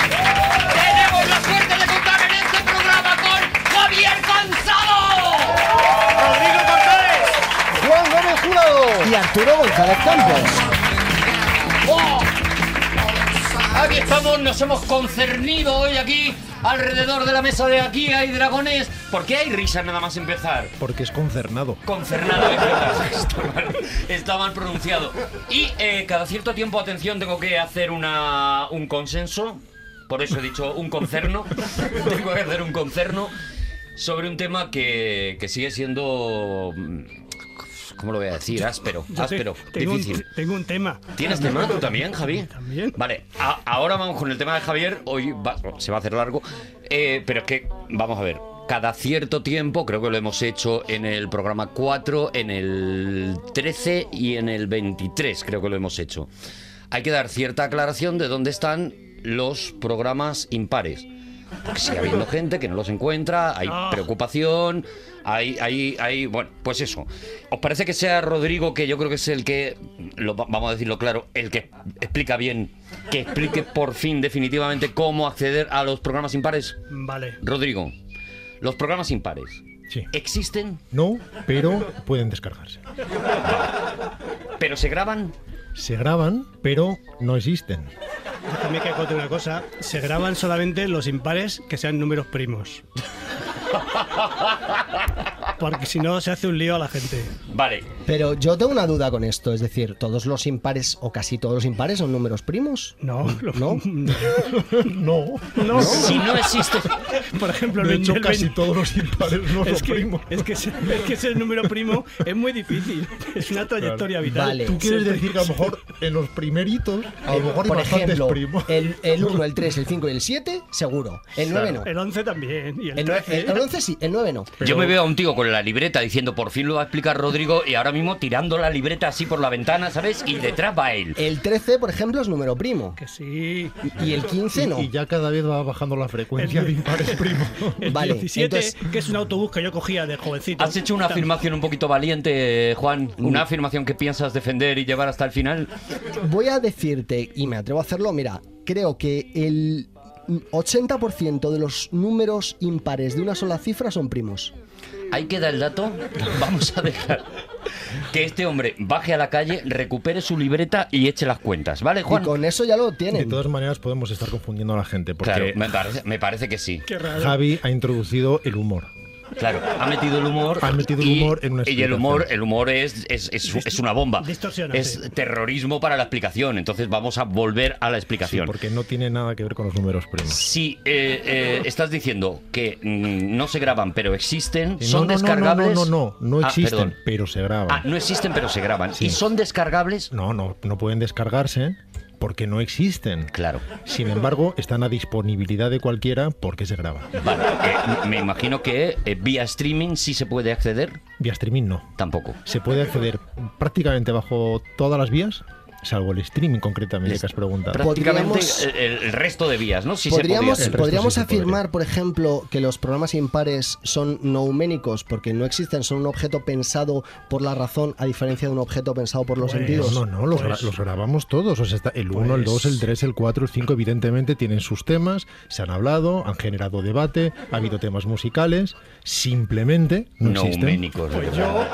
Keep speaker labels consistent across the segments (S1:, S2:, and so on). S1: Tenemos la suerte de contar en este programa con Javier Cansado.
S2: Juan Gómez Jurado y Arturo González Campos.
S1: Oh. Aquí estamos, nos hemos concernido hoy aquí alrededor de la mesa de Aquí hay dragones. ¿Por qué hay risa nada más empezar?
S3: Porque es concernado.
S1: Concernado, es verdad. está mal, está mal pronunciado. Y eh, cada cierto tiempo, atención, tengo que hacer una, un consenso, por eso he dicho un concerno, tengo que hacer un concerno sobre un tema que, que sigue siendo... mm, ¿Cómo lo voy a decir? Áspero,
S4: Yo te-
S1: áspero,
S4: tengo un-
S1: difícil.
S4: tengo un tema.
S1: ¿Tienes tema tú también, Javi?
S4: También.
S1: Vale, a- ahora vamos con el tema de Javier. Hoy va- se va a hacer largo. Eh, pero es que, vamos a ver. Cada cierto tiempo, creo que lo hemos hecho en el programa 4, en el 13 y en el 23, creo que lo hemos hecho. Hay que dar cierta aclaración de dónde están los programas impares. Porque sigue habiendo gente que no los encuentra, hay
S4: Ah.
S1: preocupación, hay, hay, hay. Bueno, pues eso. ¿Os parece que sea Rodrigo, que yo creo que es el que, lo, va- vamos a decirlo claro, el que explica bien, que explique por fin definitivamente cómo acceder a los programas impares?
S4: Vale.
S1: Rodrigo, los programas impares.
S3: Sí.
S1: Existen,
S3: No, pero pueden descargarse.
S1: pero se graban.
S3: Se graban, pero no existen.
S4: Yo también que acote una cosa. Se graban solamente los impares que sean números primos. Porque si no, se hace un lío a la gente.
S1: Vale,
S2: Pero yo tengo una duda con esto, es decir, todos los impares o casi todos los impares son números primos.
S4: No, lo-
S2: ¿No?
S3: No.
S4: No.
S1: si no existe.
S4: Por ejemplo,
S3: De
S4: el
S3: hecho,
S4: vein-
S3: casi
S4: el vein-
S3: todos los impares no
S4: es
S3: son
S4: que,
S3: primos.
S4: es, que ser, es que ser número primo es muy difícil. Es una trayectoria vital.
S2: Vale.
S3: Tú quieres decir que a lo mejor en los primeritos, a lo mejor hay
S2: Eh, Por
S3: bastantes
S2: ejemplo,
S3: primos.
S2: el, 1, el 3, el 5 y el 7, seguro. El 9 no.
S4: El 11 también. Y el,
S2: El,
S4: 13.
S3: ¿eh?
S2: 11 sí, el 9 no.
S1: Yo me veo a un tío con la libreta diciendo por fin lo va a explicar Rodrigo y ahora mismo tirando la libreta así por la ventana, ¿sabes? Y detrás va él.
S2: El 13, por ejemplo, es número primo.
S4: Que sí.
S2: Y el 15 no.
S3: Y ya cada vez va bajando la frecuencia de impares primos.
S4: El
S2: Vale,
S4: 17,
S2: entonces-
S4: que es un autobús que yo cogía de jovencito.
S1: Has hecho una
S4: También.
S1: afirmación un poquito valiente, eh, Juan. Una afirmación que piensas defender y llevar hasta el final.
S2: Voy a decirte, y me atrevo a hacerlo, mira, creo que el 80% de los números impares de una sola cifra son primos.
S1: Ahí queda el dato. Vamos a dejar que este hombre baje a la calle, recupere su libreta y eche las cuentas. ¿Vale, Juan?
S2: Y con eso ya lo
S3: De
S2: tienen.
S3: todas maneras, podemos estar confundiendo a la gente,
S1: Claro,
S3: porque
S1: me parece, me parece que sí.
S4: Qué raro.
S3: Javi ha introducido el humor.
S1: Claro, ha metido el humor.
S3: Ha metido el
S1: y-
S3: humor en una
S1: Y el
S3: explicación.
S1: humor, el humor es, es, es, es una bomba.
S4: Distorsiona,
S1: Es
S4: sí.
S1: terrorismo para la explicación. Entonces vamos a volver a la
S3: Sí,
S1: explicación.
S3: porque no tiene nada que ver con los números primos.
S1: Si eh, eh, estás diciendo que mm, no se graban, pero existen,
S3: Eh,
S1: son
S3: no, no, no,
S1: descargables.
S3: No, no, no, no,
S1: Ah,
S3: existen,
S1: perdón.
S3: pero se graban.
S1: Ah, no existen, pero se graban.
S3: Sí.
S1: ¿Y son descargables?
S3: No, no, no pueden descargarse porque no existen.
S1: Claro.
S3: Sin embargo, están a disponibilidad de cualquiera porque se graba.
S1: Vale, eh, me imagino que eh, vía streaming sí se puede acceder.
S3: Vía streaming no.
S1: Tampoco.
S3: Se puede acceder prácticamente bajo todas las vías, salvo el streaming concretamente
S1: Les-
S3: que has preguntado.
S1: Prácticamente
S2: Podríamos-
S1: el, el resto de vías, ¿no? Sí se podía
S2: podríamos
S1: hacer.
S3: resto
S2: podríamos
S3: sí se podría.
S2: afirmar, por ejemplo, que los programas impares son nouménicos porque no existen, son un objeto pensado por la razón a diferencia de un objeto pensado por los
S4: Pues-
S2: sentidos.
S3: No, no, los,
S4: Pues-
S3: gra- los grabamos todos. O sea, está el 1, el 2, el 3, el 4, el 5, evidentemente tienen sus temas, se han hablado, han generado debate, ha habido temas musicales, simplemente no, existen.
S1: Neuménicos, de
S4: Pues
S1: verdad.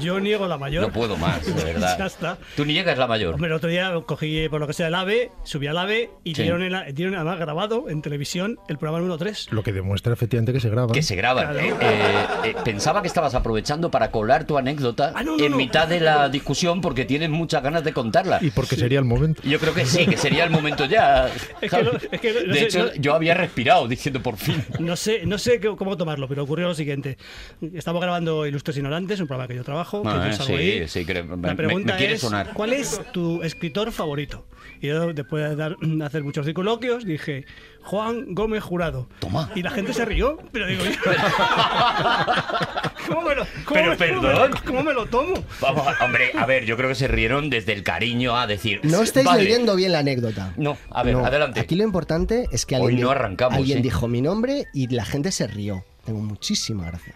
S4: yo, yo niego la mayor.
S1: No puedo más, de verdad.
S4: Ya está.
S1: Tú ni llegas la mayor.
S4: Hombre, el otro día cogí, por lo que sea, el AVE, subí al AVE y
S1: Sí.
S4: dieron, el- dieron además grabado en televisión el programa número 3.
S3: Lo que demuestra efectivamente que se graba.
S1: Que se graban.
S4: Claro.
S1: Eh, eh, eh, pensaba que estabas aprovechando para colar tu anécdota
S4: Ah, no, no,
S1: en
S4: no.
S1: mitad de la discusión porque tienes muchas ganas de contarla.
S3: Y porque sería el momento.
S1: Yo creo que sí, que sería el momento ya.
S4: que
S1: Javi.
S4: no- es que no- no
S1: de
S4: sé,
S1: hecho,
S4: no-
S1: yo había respirado diciendo por fin.
S4: No sé, no sé qué- cómo tomarlo, pero ocurrió lo siguiente. Estamos grabando Ilustres Ignorantes, un programa que yo abajo.
S1: Ah,
S4: quizás algo
S1: sí,
S4: ahí.
S1: sí, creo- me- me-
S4: La pregunta
S1: me quiere
S4: es,
S1: sonar.
S4: ¿cuál es tu escritor favorito? Y yo, después de dar- hacer muchos coloquios, dije, Juan Gómez Jurado.
S1: Toma.
S4: Y la gente se rió, pero digo, ¿cómo me lo, cómo
S1: Pero
S4: me- cómo me lo-
S1: perdón.
S4: cómo me lo tomo?
S1: Vamos, a- hombre, a ver, yo creo que se rieron desde el cariño a decir.
S2: No estáis
S1: "Vale".
S2: leyendo bien la anécdota.
S1: No, a ver,
S2: No,
S1: adelante.
S2: Aquí lo importante es que
S1: Hoy
S2: alguien,
S1: no
S2: di-
S1: arrancamos,
S2: alguien
S1: ¿eh?
S2: dijo mi nombre y la gente se rió. Tengo muchísima gracia.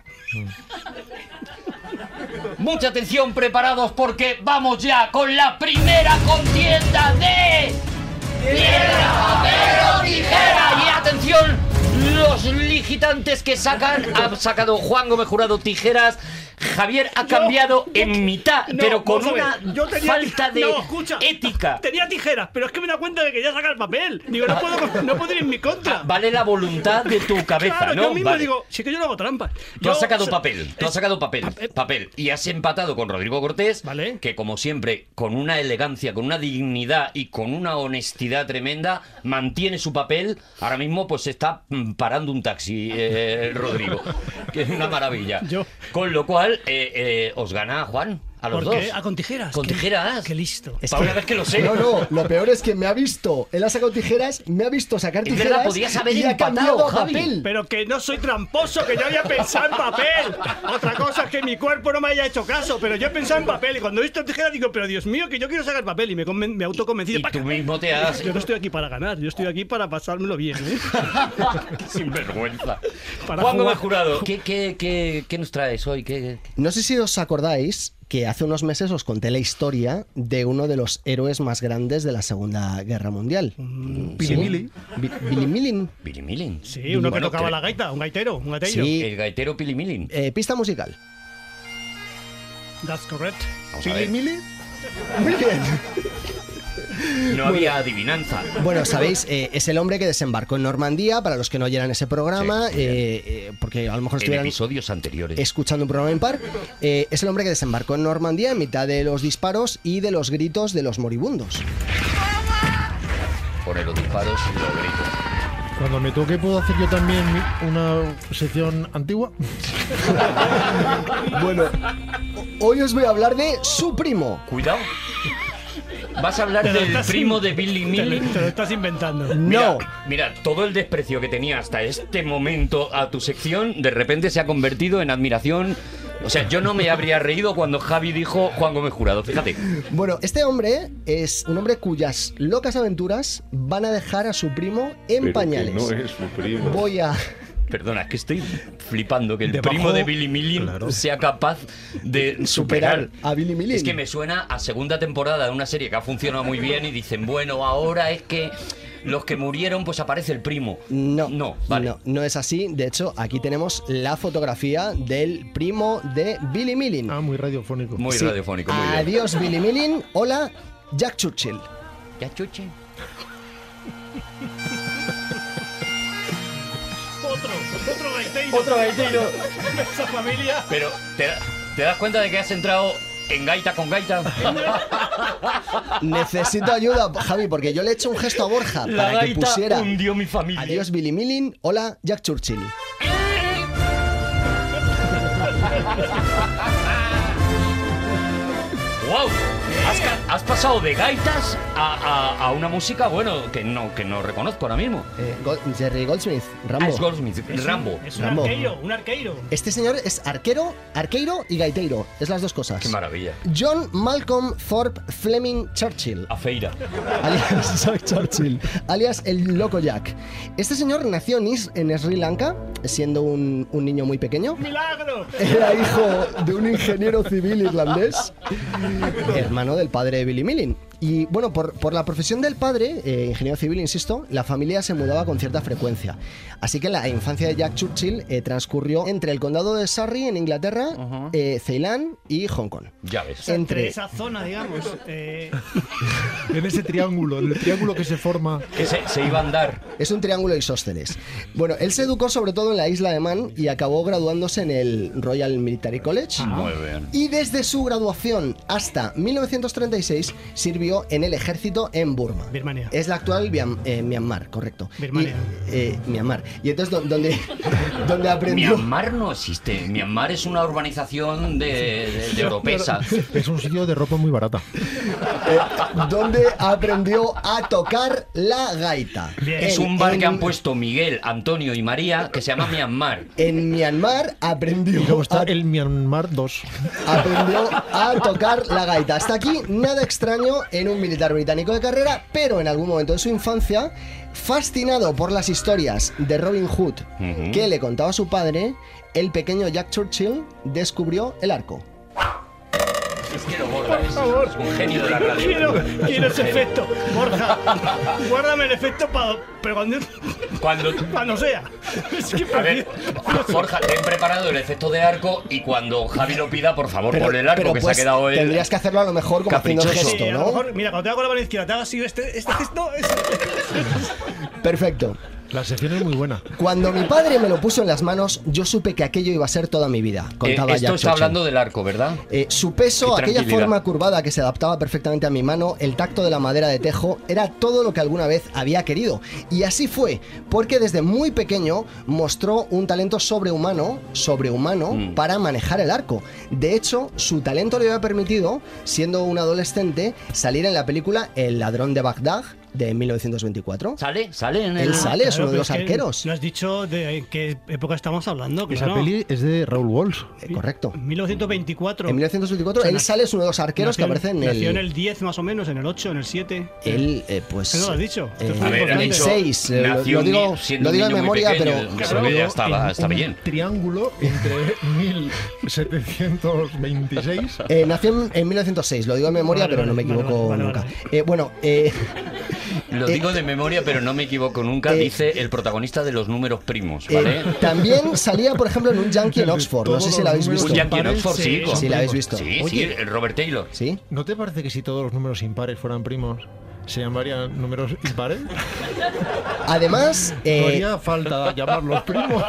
S1: Mucha atención, preparados, porque vamos ya con la primera contienda de. ¡Piedra, papel o tijera! Y atención, los ligitantes que sacan. Ha sacado Juan Gómez Jurado tijeras. Javier ha cambiado en mitad,
S4: No,
S1: pero con
S4: vamos a
S1: una
S4: ver, yo tenía-
S1: falta de
S4: no, escucha,
S1: ética.
S4: Tenía tijeras, pero es que me he dado cuenta de que ya saca el papel. Digo, no puedo, no puedo ir en mi contra.
S1: Ah, Vale la voluntad de tu cabeza,
S4: claro,
S1: ¿no?
S4: yo mismo
S1: Vale.
S4: digo, sí que yo no hago trampas.
S1: Tú
S4: Yo-
S1: has sacado
S4: se-
S1: papel, tú has
S4: es-
S1: sacado papel,
S4: papel.
S1: papel. Y has empatado con Rodrigo Cortés,
S4: Vale.
S1: que como siempre, con una elegancia, con una dignidad y con una honestidad tremenda, mantiene su papel. Ahora mismo pues está mm, parando un taxi, eh, Rodrigo, que es una maravilla.
S4: Yo-
S1: Con lo cual, eh, eh, os gana Juan, a los
S4: ¿Por qué?
S1: dos.
S4: Ah, con tijeras.
S1: Con
S4: Qué-
S1: tijeras.
S4: Qué listo.
S1: Para una vez que lo sé.
S2: No, no, lo peor es que me ha visto. Él ha sacado tijeras, me ha visto sacar
S1: Es verdad,
S2: tijeras.
S1: podías haber
S2: y ha
S1: empatado,
S2: cambiado a
S1: Javi.
S2: papel.
S4: Pero que no soy tramposo, que yo había pensado en papel. Otra cosa es que mi cuerpo no me haya hecho caso, pero yo he pensado en papel. Y cuando he visto tijeras digo, pero Dios mío, que yo quiero sacar papel. Y me, conven- me autoconvencido.
S1: Y
S4: ¡pac!
S1: tú mismo te has...
S4: Yo no estoy aquí para ganar, yo estoy aquí para pasármelo bien. ¿eh?
S1: Sin vergüenza.
S4: Para
S1: Juan Gómez
S4: jugar.
S1: Jurado, ¿qué, qué, qué, qué nos traes hoy? ¿Qué, qué-
S2: No sé si os acordáis que hace unos meses os conté la historia de uno de los héroes más grandes de la Segunda Guerra Mundial.
S3: Pilimili.
S2: Bi- Billy Milin.
S1: Billy Milling.
S4: Sí, uno que
S1: Bueno,
S4: tocaba
S1: cre-
S4: la gaita, un gaitero, un gaitello.
S2: Sí.
S1: El gaitero Pili Milin.
S2: Eh, pista musical.
S4: That's correct.
S1: Vamos a ver.
S3: Pilimili.
S2: Muy bien.
S1: No había adivinanza.
S2: Bueno, sabéis, eh, es el hombre que desembarcó en Normandía, para los que no oyeran ese programa,
S1: Sí, muy bien.
S2: eh, eh, porque a lo mejor
S1: En
S2: estuvieran
S1: episodios anteriores.
S2: escuchando un programa impar, eh, es el hombre que desembarcó en Normandía en mitad de los disparos y de los gritos de los moribundos.
S1: Por los disparos y los gritos.
S3: Cuando me toque, ¿puedo hacer yo también una sección antigua?
S2: Bueno, hoy os voy a hablar de su primo.
S1: Cuidado. Vas a hablar
S4: Te lo
S1: del
S4: estás in-
S1: primo de Billy
S4: Te lo,
S1: Milling.
S4: te lo estás inventando.
S2: No.
S1: Mira, mira, todo el desprecio que tenía hasta este momento a tu sección, de repente se ha convertido en admiración. O sea, yo no me habría reído cuando Javi dijo Juan Gómez Jurado, fíjate.
S2: Bueno, este hombre es un hombre cuyas locas aventuras van a dejar a su primo en
S5: Pero que
S2: pañales.
S5: no es su primo.
S2: Voy a.
S1: Perdona, es que estoy flipando que el
S4: Debajo-
S1: primo de Billy Milling
S3: Claro.
S1: sea capaz de
S2: Superar
S1: superar
S2: a Billy Milling.
S1: Es que me suena a segunda temporada de una serie que ha funcionado muy bien y dicen, bueno, ahora es que los que murieron, pues aparece el primo.
S2: No,
S1: No, vale.
S2: no, no es así. De hecho, aquí tenemos la fotografía del primo de Billy Milling.
S3: Ah, muy radiofónico.
S1: Muy
S2: Sí.
S1: radiofónico, muy bien.
S2: Adiós, Billy Milling. Hola, Jack Churchill.
S1: Ya chuche.
S4: Otro, otro gaitero.
S1: Otro gaitero.
S4: Esa familia.
S1: Pero, ¿te, te das cuenta de que has entrado en gaita con gaita?
S2: Necesito ayuda, Javi, porque yo le he hecho un gesto a Borja
S1: La
S2: para que
S1: gaita
S2: pusiera.
S1: hundió mi familia.
S2: Adiós, Billy Milling. Hola, Jack Churchill.
S1: ¡Wow! Has, ca- has pasado de gaitas a, a- a una música, bueno, que no, que no reconozco ahora mismo.
S2: Eh, Gol- Jerry Goldsmith. Rambo.
S1: Ah, es Goldsmith, Rambo.
S4: Es un
S2: Rambo.
S4: arqueiro, un arqueiro.
S2: Este señor es arquero, arqueiro y gaitero. Es las dos cosas.
S1: Qué maravilla.
S2: John Malcolm Thorpe Fleming Churchill,
S1: Afeira.
S2: alias soy Churchill, alias el Loco Jack. Este señor nació en, Is- en Sri Lanka, siendo un, un niño muy pequeño.
S4: ¡Milagro!
S2: Era hijo de un ingeniero civil irlandés, hermano del padre de Billy Milling. Y bueno, por, por la profesión del padre, eh, ingeniero civil, insisto, la familia se mudaba con cierta frecuencia. Así que la infancia de Jack Churchill eh, transcurrió entre el condado de Surrey, en Inglaterra, eh, Ceilán y Hong Kong.
S1: Ya ves.
S4: Entre
S2: Entre
S4: esa zona, digamos. eh,
S3: En ese triángulo, en el triángulo que se forma.
S1: Que se, se iba a andar.
S2: Es un triángulo isósceles. Bueno, él se educó sobre todo en la isla de Man y acabó graduándose en el Royal Military College.
S1: Muy bien.
S2: Y desde su graduación hasta 1936 sirvió sirvió en el ejército en Burma.
S4: Birmania.
S2: Es la actual Biam- eh, Myanmar, correcto.
S4: Birmania.
S2: Y, eh, Myanmar. Y entonces do- donde, donde aprendió...
S1: Myanmar no existe. Myanmar es una urbanización de, de, de europesas.
S3: Es un sitio de ropa muy barata.
S2: eh, donde aprendió a tocar la gaita.
S4: Bien.
S1: Es
S2: En-
S1: un bar
S2: en-
S1: que han puesto Miguel, Antonio y María que se llama Myanmar.
S2: En Myanmar aprendió
S3: Y luego está
S1: Ah.
S2: a-
S3: el Myanmar 2.
S2: aprendió a tocar la gaita. Hasta aquí nada extraño en un militar británico de carrera, pero en algún momento de su infancia, fascinado por las historias de Robin Hood
S1: Ujú.
S2: que le contaba su padre, el pequeño Jack Churchill descubrió el arco.
S1: Es que lo borra, es- es un genio de la radio.
S4: Quiero, quiero ese
S1: Es un genio.
S4: efecto, Borja. Guárdame el efecto para. Pero cuando,
S1: Cuando
S4: cuando sea. Es que
S1: A ver, Forja, te han preparado el efecto de arco y cuando Javi lo pida, por favor, pon el arco
S2: pero
S1: que
S2: pues,
S1: se ha quedado él.
S2: Tendrías que hacerlo a lo mejor como haciendo el
S1: caprichoso.
S4: Sí,
S2: gesto,
S4: a lo
S2: ¿no?
S4: mejor, mira, cuando te hago la mano izquierda, te hago así este, este gesto. es-
S2: Perfecto.
S3: La sección es muy buena.
S2: Cuando mi padre me lo puso en las manos, yo supe que aquello iba a ser toda mi vida.
S1: Eh,
S2: Contaba
S1: esto
S2: Jack
S1: está
S2: Churchill.
S1: hablando del arco, ¿verdad?
S2: Eh, su peso,
S1: Qué
S2: aquella
S1: tranquilidad.
S2: forma curvada que se adaptaba perfectamente a mi mano, el tacto de la madera de tejo, era todo lo que alguna vez había querido. Y así fue, porque desde muy pequeño mostró un talento sobrehumano, sobrehumano,
S1: Mm.
S2: para manejar el arco. De hecho, su talento le había permitido, siendo un adolescente, salir en la película El ladrón de Bagdad de 1924.
S1: ¿Sale? ¿Sale en el.?
S2: Él sale, es
S4: Claro,
S2: uno de
S4: pero
S2: los
S4: que
S2: arqueros. Pues
S4: No has dicho de qué época estamos hablando.
S3: Esa
S4: claro.
S3: peli es de Raúl Walsh.
S2: Eh, correcto.
S4: 1924.
S2: En 1924,
S4: O sea,
S2: él
S4: nació-
S2: sale, es uno de los arqueros que
S4: Nació-
S2: aparecen en
S4: Nació en
S2: el...
S4: el 10 más o menos, en el 8, en el 7.
S2: Él, eh, pues...
S4: Eso lo has dicho. Esto
S2: eh,
S4: es
S1: A
S4: muy
S1: ver, ha
S4: importante.
S1: dicho.
S2: Seis, eh, lo-
S1: nació
S2: lo digo-
S1: ni- siendo
S2: lo digo
S1: un
S2: en
S1: niño muy
S2: memoria,
S1: pequeño,
S2: pero-
S1: o sea, que ya estaba,
S3: en
S1: estaba
S3: un
S1: bien.
S3: Triángulo entre 1726.
S2: Eh, nació en, en 1906, lo digo en memoria,
S4: Vale,
S2: pero
S4: vale,
S2: no me
S4: vale,
S2: equivoco
S4: vale, vale,
S2: nunca. Eh, bueno, eh,
S1: Lo
S2: Eh,
S1: digo de memoria, pero no me equivoco nunca.
S2: eh,
S1: dice el protagonista de los números primos,
S2: eh,
S1: ¿vale?
S2: también salía, por ejemplo, en un Yankee en Oxford. No sé si lo habéis
S3: Todos los
S2: visto.
S1: Un yankee en
S3: pares
S1: Oxford,
S3: se-
S1: sí.
S3: son
S2: Sí, la habéis
S3: primos.
S2: visto.
S1: Sí, sí,
S3: Oye.
S1: el Robert Taylor.
S2: ¿Sí?
S3: ¿No te parece que si todos los números impares fueran primos, se llamarían números impares?
S2: Además, eh,
S3: No haría falta llamarlos primos.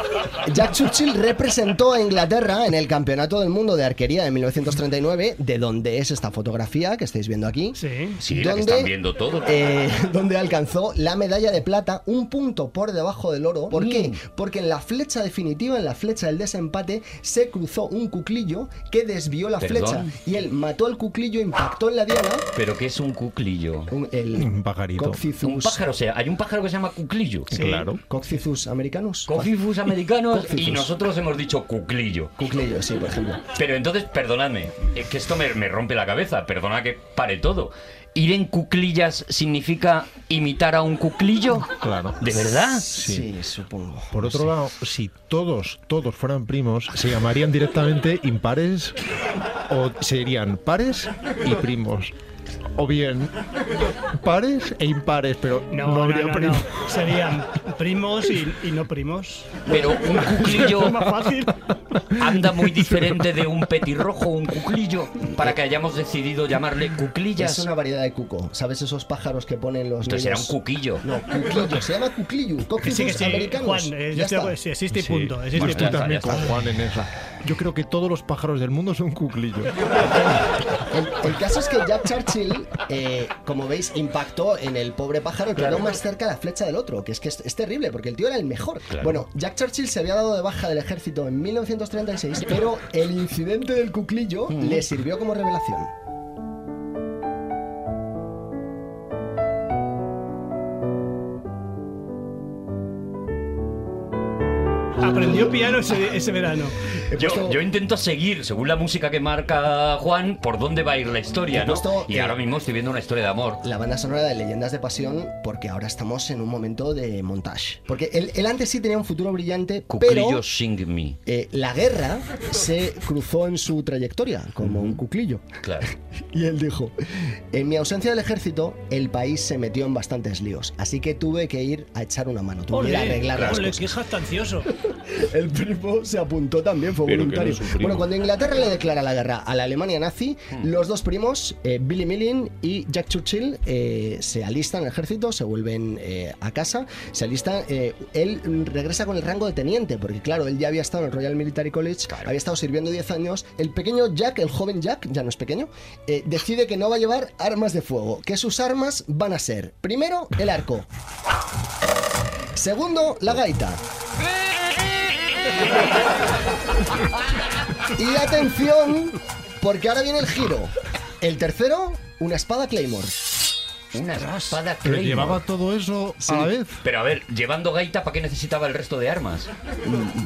S2: Jack Churchill representó a Inglaterra en el Campeonato del Mundo de Arquería de 1939, de donde es esta fotografía que estáis viendo aquí.
S4: Sí.
S1: Sí, la que
S2: ¿Dónde?
S1: están viendo todos.
S2: eh, donde alcanzó la medalla de plata un punto por debajo del oro. ¿Por qué?
S1: Mm.
S2: Porque en la flecha definitiva, en la flecha del desempate, se cruzó un cuclillo que desvió la
S1: ¿Perdón?
S2: flecha y él mató al cuclillo, impactó en la diana.
S1: Pero que es un cuclillo.
S2: Un, el
S3: Un pajarito.
S1: Un
S2: Coxifus,
S1: pájaro, o sea, hay un pájaro que se llama cuclillo.
S3: Claro.
S2: Coxifus americanus.
S1: Cocifus americanos
S2: Cocifus.
S1: y nosotros hemos dicho cuclillo.
S2: Cuclillo, sí, por ejemplo.
S1: Pero entonces, perdonadme, es que esto me, me rompe la cabeza, perdona que pare todo. ¿Ir en cuclillas significa imitar a un cuclillo?
S3: Claro.
S1: ¿De verdad?
S2: Sí, supongo.
S3: Por otro lado, si todos, todos fueran primos, se llamarían directamente impares o serían pares y primos. O bien pares e impares, pero no,
S4: No, no,
S3: habría
S4: no,
S3: primos.
S4: no. Serían primos y, y no primos.
S1: Pero un cuclillo
S4: Es más fácil.
S1: anda muy diferente de un petirrojo, un cuclillo, para que hayamos decidido llamarle cuclillas.
S2: Es una variedad de cuco. ¿Sabes esos pájaros que ponen los
S1: Entonces era un
S2: niños?
S1: cuquillo.
S2: No, cuclillo. Se llama cuclillo.
S4: Que
S2: Coxifus
S4: sí, que sí.
S2: americanus.
S4: Juan, eh, yo estoy de
S2: Ya está.
S4: acuerdo. Sí, existe y
S3: Sí.
S4: punto. Existe y
S1: Bueno, ya
S4: punto.
S1: está, ya
S3: Con Juan en esa. Yo creo que todos los pájaros del mundo son cuclillo.
S2: El, el caso es que Jack Churchill, eh, como veis, impactó en el pobre pájaro, pero más cerca la flecha del otro, que es que es, es terrible, porque el tío era el mejor. Bueno, Jack Churchill se había dado de baja del ejército en 1936, pero el incidente del cuclillo le sirvió como revelación.
S4: Aprendió piano ese, ese verano.
S2: He
S1: Yo,
S2: puesto-
S1: yo intento seguir, según la música que marca Juan, por dónde va a ir la historia,
S2: He
S1: ¿no?
S2: puesto,
S1: Y
S2: eh,
S1: ahora mismo estoy viendo una historia de amor.
S2: la banda sonora de Leyendas de Pasión, porque ahora estamos en un momento de montaje. Porque él, él antes sí tenía un futuro brillante, pero
S1: Cuclillo sing me.
S2: eh, la guerra se cruzó en su trayectoria, como un cuclillo.
S1: Claro.
S2: Y él dijo, en mi ausencia del ejército, el país se metió en bastantes líos, así que tuve que ir a echar una mano, tuve que ir a arreglar las
S4: ole,
S2: cosas.
S4: qué jactancioso.
S2: El primo se apuntó también, fue
S5: Pero que
S2: voluntario.
S5: no es un primo.
S2: bueno, cuando Inglaterra le declara la guerra a la Alemania nazi, los dos primos, eh, Billy Millin y Jack Churchill, eh, se alistan al ejército, se vuelven eh, a casa, se alistan. eh, él mm, regresa con el rango de teniente, porque claro, él ya había estado en el Royal Military College, había estado sirviendo 10 años. El pequeño Jack, el joven Jack, ya no es pequeño, eh, decide que no va a llevar armas de fuego, que sus armas van a ser, primero, el arco. Segundo, la gaita. Y atención, porque ahora viene el giro. El tercero, una espada Claymore.
S1: Una espada
S3: Pero
S1: Claymore.
S3: llevaba todo eso a la vez.
S1: Pero a ver, llevando gaita, ¿para qué necesitaba el resto de armas?
S2: Eh,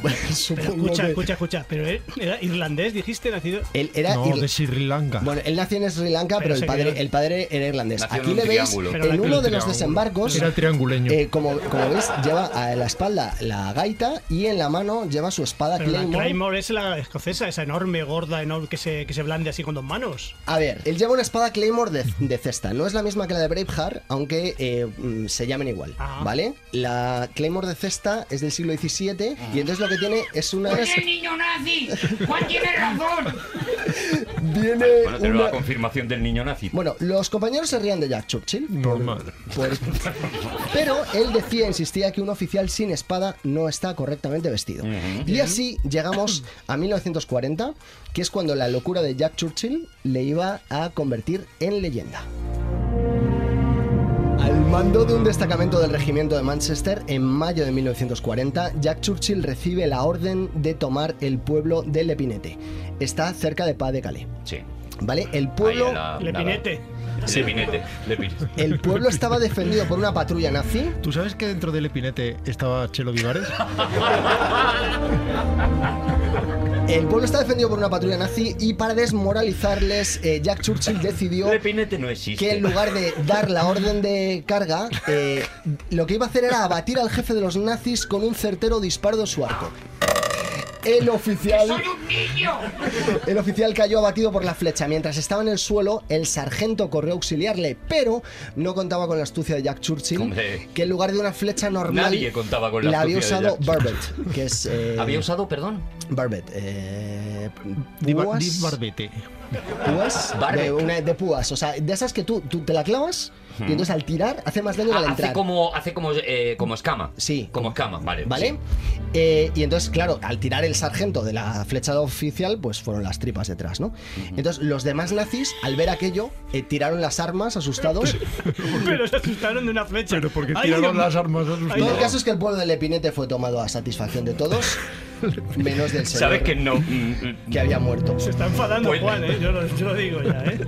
S4: Pero
S2: Supongo
S4: escucha,
S2: que-
S4: escucha, escucha. Pero él era irlandés, dijiste, nacido.
S2: Él era
S3: No,
S2: irl-
S3: de Sri Lanka.
S2: Bueno, él nació en Sri Lanka,
S4: Pero
S2: pero, el,
S4: se
S2: padre,
S4: crió-
S2: el padre era irlandés.
S1: Nació en
S2: Aquí
S1: un
S2: le veis
S1: triángulo.
S4: Pero
S2: en
S4: nació
S2: uno
S3: El
S2: de los
S3: triángulo.
S2: desembarcos.
S3: Era trianguleño.
S2: eh, como, como veis, lleva a la espalda la gaita y en la mano lleva su espada
S4: Pero la
S2: Claymore.
S4: Claymore es la escocesa, esa enorme, gorda, enorme, que se, que se blande así con dos manos.
S2: A ver, él lleva una espada Claymore de, de cesta. No es la misma que la de Braveheart, aunque eh, mm, se llamen igual,
S4: Ah.
S2: ¿vale? La Claymore de cesta es del siglo XVII y entonces lo que tiene es una...
S6: el niño nazi! ¡Juan tiene razón!
S2: Viene
S1: Bueno, tenemos
S2: una-
S1: la confirmación del niño nazi.
S2: Bueno, los compañeros se rían de Jack Churchill.
S3: Normal.
S2: por- Pero él decía, insistía que un oficial sin espada no está correctamente vestido. Y así llegamos a 1940, que es cuando la locura de Jack Churchill le iba a convertir en leyenda. Al mando de un destacamento del regimiento de Manchester, en mayo de 1940, Jack Churchill recibe la orden de tomar el pueblo de Lepinete. Está cerca de Pas de Calais.
S1: Sí.
S2: ¿Vale? El pueblo.
S1: Ahí en la-
S4: Lepinete.
S1: Ah, nada. Lepinete. Lepinete.
S2: El pueblo estaba defendido por una patrulla nazi.
S3: ¿Tú sabes que dentro del epinete estaba Chelo Vivares?
S2: El pueblo estaba defendido por una patrulla nazi y para desmoralizarles, eh, Jack Churchill decidió
S1: Lepinete no existe.
S2: que en lugar de dar la orden de carga, eh, lo que iba a hacer era abatir al jefe de los nazis con un certero disparo de su arco. El oficial.
S6: ¡Soy un niño!
S2: El oficial cayó abatido por la flecha. Mientras estaba en el suelo, el sargento corrió a auxiliarle, pero no contaba con la astucia de Jack Churchill,
S1: Hombre.
S2: que en lugar de una flecha normal,
S1: Nadie contaba con la
S2: había
S1: astucia de
S2: usado
S1: Jack
S2: Barbet, que es eh,
S1: Había usado, perdón.
S2: Barbet, eh,
S3: Diva-
S2: púas-
S3: Div Barbete.
S2: púas,
S1: Barbet.
S2: de, una- de púas, o sea, de esas que tú, tú te la clavas y entonces al tirar hace más daño que al
S1: Ah,
S2: entrar.
S1: hace como, hace como, eh, como escama.
S2: Sí.
S1: Como escama, vale.
S2: ¿Vale? Eh, y entonces, claro, al tirar el sargento de la flecha oficial, pues fueron las tripas detrás, ¿no? Entonces, los demás nazis, al ver aquello, eh, tiraron las armas asustados.
S4: Pero se asustaron de una flecha.
S3: Pero porque
S4: Ay,
S3: tiraron
S4: Dios
S3: las
S4: mío.
S3: armas
S4: Ay,
S2: Y
S4: no.
S2: el
S3: asustadas.
S2: caso es que el pueblo del Epinete fue tomado a satisfacción de todos, menos del
S1: Sí.
S2: señor
S1: Sabes que no. mm, mm,
S2: que había muerto.
S4: Se está enfadando
S1: Pues-
S4: Juan, ¿eh? Yo lo, yo lo digo ya, ¿eh?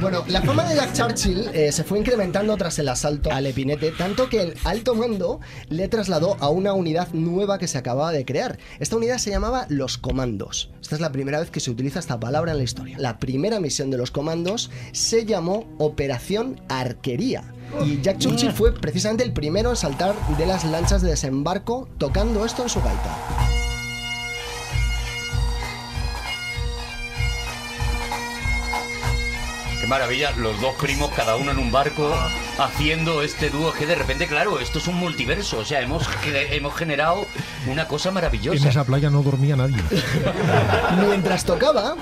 S2: Bueno, la fama de Jack Churchill eh, se fue incrementando tras el asalto al Epinete, tanto que el alto mando le trasladó a una unidad nueva que se acababa de crear. Esta unidad se llamaba Los Comandos. Esta es la primera vez que se utiliza esta palabra en la historia. La primera misión de los comandos se llamó Operación Arquería. Y Jack Churchill fue precisamente el primero en saltar de las lanchas de desembarco tocando esto en su gaita.
S1: Qué maravilla, los dos primos, cada uno en un barco, haciendo este dúo que de repente, claro, esto es un multiverso. O sea, hemos, ge- hemos generado una cosa
S3: En
S1: maravillosa.
S3: esa playa no dormía nadie.
S2: Mientras tocaba,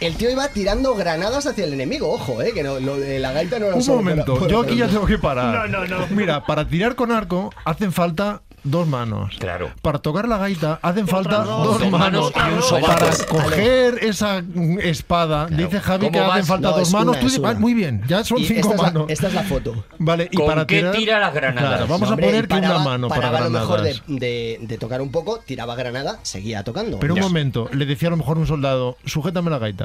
S2: el tío iba tirando granadas hacia el enemigo. Ojo, eh, que no, lo de la gaita no era
S3: Un
S2: solo para-
S3: momento,
S2: para-
S3: yo aquí ya tengo que parar.
S4: No, no, no.
S3: Mira, para tirar con arco hacen falta dos manos.
S1: Claro.
S3: Para tocar la gaita hacen falta
S4: dos.
S3: dos,
S1: Dos manos
S3: manos.
S1: y un sobaco.
S3: para coger esa mm, espada, dice Javi que
S1: ¿Cómo
S3: hacen
S1: vas?
S3: falta
S2: No,
S3: dos
S2: es
S3: manos.
S2: una,
S3: Tú
S2: es
S3: dices, "Ah,
S2: una".
S3: muy bien, ya son
S2: Y
S3: cinco
S2: esta es la-
S3: manos.
S2: esta es la foto.
S3: Vale, y
S1: ¿Con
S3: para
S1: qué
S3: tirar-
S1: tira las granadas?
S3: Claro, vamos
S2: Hombre,
S3: a poner
S2: y
S3: que una
S2: paraba-
S3: mano para,
S2: paraba a lo
S3: granadas.
S2: mejor de, de- de tocar un poco, tiraba granada, seguía tocando.
S3: Pero un
S2: Ya.
S3: momento, le decía a lo mejor un soldado, sujétame la gaita.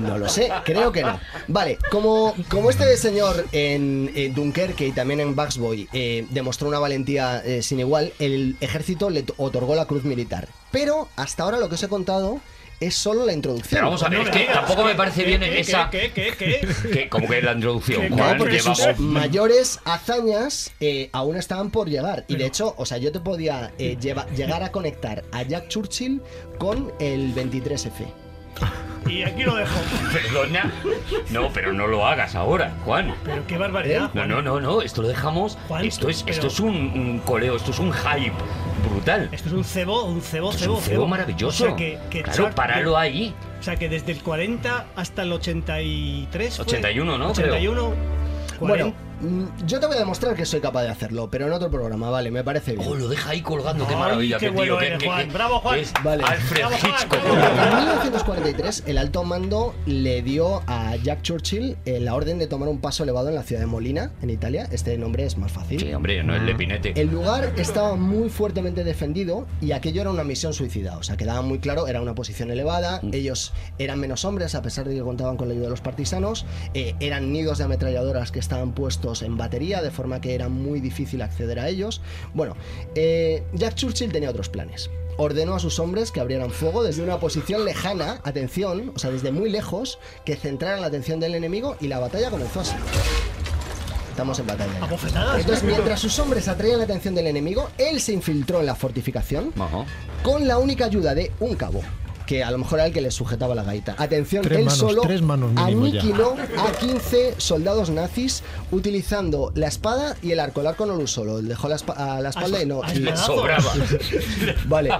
S2: No lo sé, creo que no. Vale, como, como este señor en, eh, Dunkerque y también en Bugs Boy eh, demostró una valentía eh, sin igual, el ejército le t- otorgó la cruz militar. Pero hasta ahora lo que os he contado es solo la introducción.
S1: Pero vamos a ver, es que tampoco me parece bien
S4: ¿Qué,
S1: esa.
S4: ¿Qué, qué, qué? qué?
S1: que- Como que es la introducción,
S4: Que-
S2: No,
S1: Juan,
S4: ¿Cuál?
S2: porque sus
S1: llevamos-
S2: mayores hazañas eh, aún estaban por llegar. Y de hecho, o sea, yo te podía eh, lleva- llegar a conectar a Jack Churchill con el 23F.
S4: Y aquí lo dejo.
S1: Perdona. No, pero no lo hagas ahora, Juan.
S4: Pero qué barbaridad.
S1: ¿Eh? No, no, no, no, esto lo dejamos.
S4: Juan,
S1: Esto es, esto
S4: pero-
S1: es un, un coleo, esto es un hype brutal.
S4: Esto es un cebo, un cebo,
S1: Esto es
S4: cebo,
S1: un cebo maravilloso.
S4: O sea que, que
S1: claro,
S4: Char-
S1: páralo ahí.
S4: O sea que desde el 40 hasta el 83. fue.
S1: 81, ¿no?
S4: 81. 40.
S2: Bueno, mm, yo te voy a demostrar que soy capaz de hacerlo, pero en otro programa, vale, me parece bien.
S1: Oh, lo deja ahí colgando, qué
S4: Ay,
S1: maravilla,
S4: qué
S1: qué,
S4: bueno
S1: tío. qué-
S4: eres,
S1: qué-
S4: Juan.
S1: qué-
S4: Bravo, Juan.
S1: es
S2: Vale.
S1: Alfred
S4: Bravo, Juan,
S1: Hitchcock.
S4: bravo.
S2: En 1943, el alto mando le dio a Jack Churchill eh, la orden de tomar un paso elevado en la ciudad de Molina, en Italia. Este nombre es más fácil.
S1: Sí, hombre, no es lepinete.
S2: El lugar estaba muy fuertemente defendido y aquello era una misión suicida. O sea, quedaba muy claro, era una posición elevada, ellos eran menos hombres a pesar de que contaban con la ayuda de los partisanos, eh, eran nidos de ametralladoras que estaban puestos en batería, de forma que era muy difícil acceder a ellos. Bueno, eh, Jack Churchill tenía otros planes. Ordenó a sus hombres que abrieran fuego desde una posición lejana, atención, o sea, desde muy lejos, que centraran la atención del enemigo y la batalla comenzó así. Estamos en batalla. ya.
S4: Abofetadas.
S2: Entonces, mientras sus hombres atraían la atención del enemigo, él se infiltró en la fortificación
S1: Ajá.
S2: con la única ayuda de un cabo, que a lo mejor era el que le sujetaba la gaita. Atención,
S3: Tres
S2: él
S3: manos,
S2: solo
S3: tres manos mínimo ya.
S2: aniquiló a 15 soldados nazis utilizando la espada y el arco. El arco no lo usó, lo dejó a la, espa- a la espalda y no.
S4: Ah, a
S2: y-
S1: Le
S4: Pedazos.
S1: sobraba.
S2: Vale.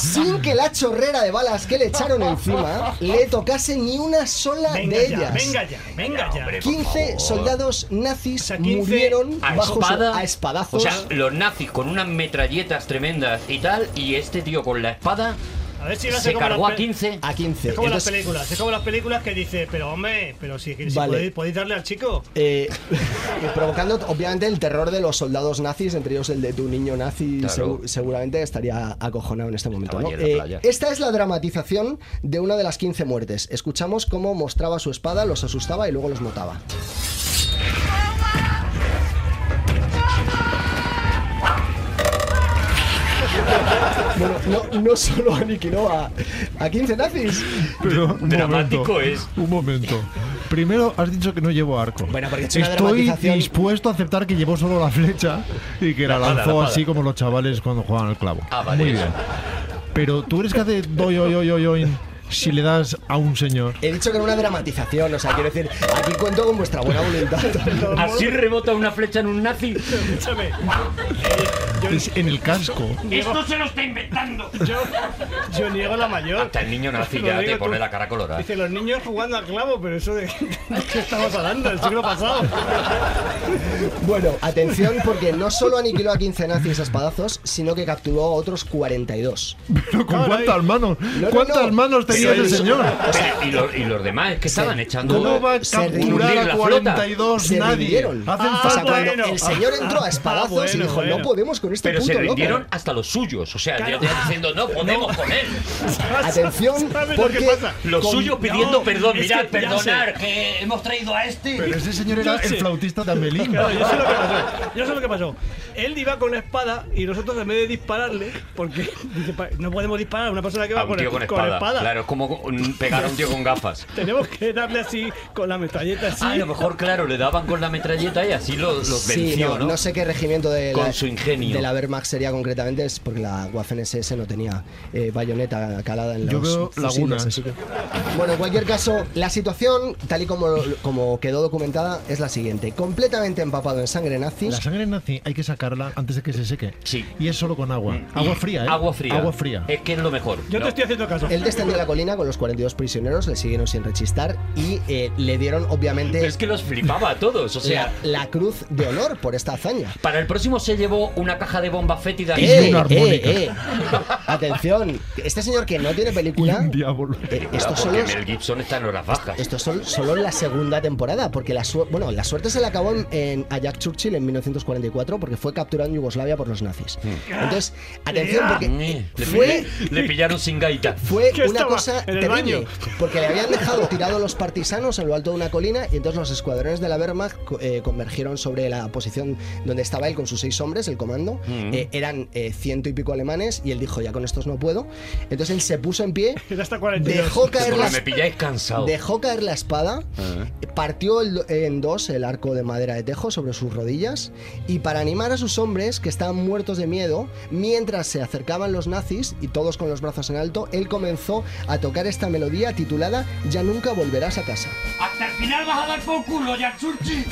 S2: Sin que la chorrera de balas que le echaron encima le tocase ni una sola
S4: Venga
S2: de
S4: ya,
S2: ellas.
S4: venga ya, venga ya.
S1: hombre, por
S2: 15
S1: favor.
S2: soldados nazis
S4: sea, 15
S2: murieron
S1: A
S2: bajo su-
S1: espada.
S2: a espadazos.
S1: O sea, los nazis con unas metralletas tremendas y tal, y este tío con la espada
S4: A ver si lo hace
S1: se
S4: como
S1: cargó
S4: las
S1: a
S4: pe-
S1: 15.
S2: a 15.
S4: Es como las
S2: Entonces,
S4: películas, es como las películas que dice, pero hombre, pero si, si
S2: Vale.
S4: podéis, podéis darle al chico.
S2: eh, provocando obviamente el terror de los soldados nazis, entre ellos el de tu niño nazi,
S1: Claro.
S2: segu- seguramente estaría acojonado en este momento.
S1: Estaba
S2: ¿no?
S1: allí en
S2: Eh,
S1: la playa.
S2: esta es la dramatización de una de las 15 muertes. Escuchamos cómo mostraba su espada, los asustaba y luego los mataba. Bueno, no, no solo aniquiló a, a 15 nazis.
S3: Pero, un
S1: Dramático
S3: momento,
S1: es.
S3: Un momento. Primero has dicho que no llevo arco.
S2: Bueno, porque es una
S3: Estoy
S2: dramatización-
S3: dispuesto a aceptar que llevó solo la flecha y que la,
S1: La espada,
S3: lanzó
S1: la espada.
S3: así como los chavales cuando jugaban al clavo.
S1: Ah, vale,
S3: Muy
S1: eso.
S3: bien. Pero tú eres que hace doy, oy, oy, oy, oy, si le das a un señor.
S2: He dicho que era una dramatización, o sea, quiero decir, aquí cuento con vuestra buena voluntad.
S1: Así rebota una flecha en un nazi.
S4: Escúchame,
S3: Es en el casco.
S6: Esto se lo está inventando.
S4: yo, yo niego la mayor.
S1: Hasta el niño nazi
S4: Lo
S1: ya
S4: digo
S1: te
S4: tú.
S1: pone la cara colorada.
S4: Dice, los niños jugando al clavo, pero eso de de qué estamos hablando, el siglo pasado.
S2: Bueno, atención porque no solo aniquiló a 15 nazis a espadazos, sino que capturó a otros 42.
S3: Pero con
S4: Caray.
S3: cuántas manos.
S2: no,
S3: ¿Cuántas
S2: no.
S3: manos tenía
S2: Pero
S3: ese
S2: es-
S3: señor?
S1: Pero, y, los, y los demás, que estaban echando.
S3: ¿Cómo va a
S2: se rindieron.
S3: capturar
S1: La
S3: a
S1: flota.
S3: 42
S2: Se
S3: nadie?
S2: rindieron.
S3: Hacen
S4: Ah,
S2: O sea,
S3: falta.
S2: cuando
S4: bueno.
S2: el señor entró a espadazos
S4: Ah, bueno,
S2: y dijo,
S4: bueno.
S2: no podemos con este
S1: Pero
S2: punto
S1: se
S2: loco".
S1: rindieron hasta los suyos. O sea,
S4: Claro.
S1: ya te diciendo, no podemos con él.
S2: Atención,
S4: ¿Sabes lo que
S2: porque
S4: pasa?
S1: Los suyos pidiendo
S4: No,
S1: perdón.
S4: es
S1: Mirad,
S4: que ya
S1: perdonar, que hemos traído a este.
S3: Pero ese señor era
S4: Yo sé.
S3: el flautista de Amelie.
S4: Claro, yo sé lo que pasó. Yo sé lo que pasó. Él iba con la espada y nosotros en vez de dispararle, porque dice, "Pa- no podemos disparar a una persona que va
S1: A un
S4: con,
S1: tío
S4: el-
S1: con
S4: con
S1: espada. Claro, es como un- pegar a un tío con gafas.
S4: Tenemos que darle así con la metralleta así.
S1: Ah, a lo mejor, claro, le daban con la metralleta y así lo- los,
S2: Sí,
S1: venció,
S2: no,
S1: ¿no?
S2: no sé qué regimiento de
S1: Con
S2: la,
S1: su ingenio.
S2: de la Wehrmacht sería concretamente, es porque la Waffen SS no tenía eh, bayoneta calada en los
S3: Yo veo
S2: fusiles,
S3: lagunas.
S2: así que- Bueno, en cualquier caso, la situación, tal y como, como quedó documentada, es la siguiente. Completamente empapado en sangre nazi,
S3: La sangre nazi hay que sacarla antes de que se seque.
S1: Sí. Mm.
S3: Y es solo con agua. Agua fría, ¿eh?
S1: Agua fría. Eh,
S3: Agua fría.
S1: Es que es lo mejor.
S4: Yo
S1: No.
S4: te estoy haciendo caso.
S2: Él descendió la colina con los 42 prisioneros, le siguieron sin rechistar y eh, le dieron, obviamente,
S1: Es que los flipaba a todos. Pues, O sea,
S2: la, la cruz de honor por esta hazaña. Eh,
S1: para el próximo se llevó una caja de bomba fétida.
S3: Y una armónica.
S2: Atención, este señor que no tiene
S3: Y
S2: película,
S3: un diablo.
S2: eh,
S1: Claro,
S2: estos son
S1: porque
S2: los-
S1: Mel Gibson está en horas bajas.
S2: Esto son solo en la segunda temporada, porque la, su- bueno, la suerte se le acabó en, en- a Jack Churchill en 1944 porque fue capturado en Yugoslavia por los nazis. Entonces, atención, porque
S1: Eh,
S2: eh,
S1: le,
S2: fue
S1: le pillaron sin gaita.
S2: fue
S4: Que
S2: una
S4: estaba
S2: cosa
S4: en el
S2: terrible
S4: baño.
S2: porque le habían dejado tirado los partisanos en lo alto de una colina y entonces los escuadrones de la Wehrmacht co- eh, convergieron sobre la posición donde estaba él con sus seis hombres, el comando. Eh, eran eh, ciento y pico alemanes y él dijo, ya con estos no puedo. Entonces él se puso en pie,
S4: Era hasta 42.
S2: dejó caer
S1: Porque
S2: las
S1: me pilláis cansado.
S2: Dejó caer la espada, partió el- en dos el arco de madera de tejo sobre sus rodillas y para animar a sus hombres que estaban muertos de miedo, mientras se acercaban los nazis y todos con los brazos en alto, él comenzó a a tocar esta melodía titulada Ya nunca volverás a casa.
S6: Hasta el final vas a dar por culo, Yatsurchi.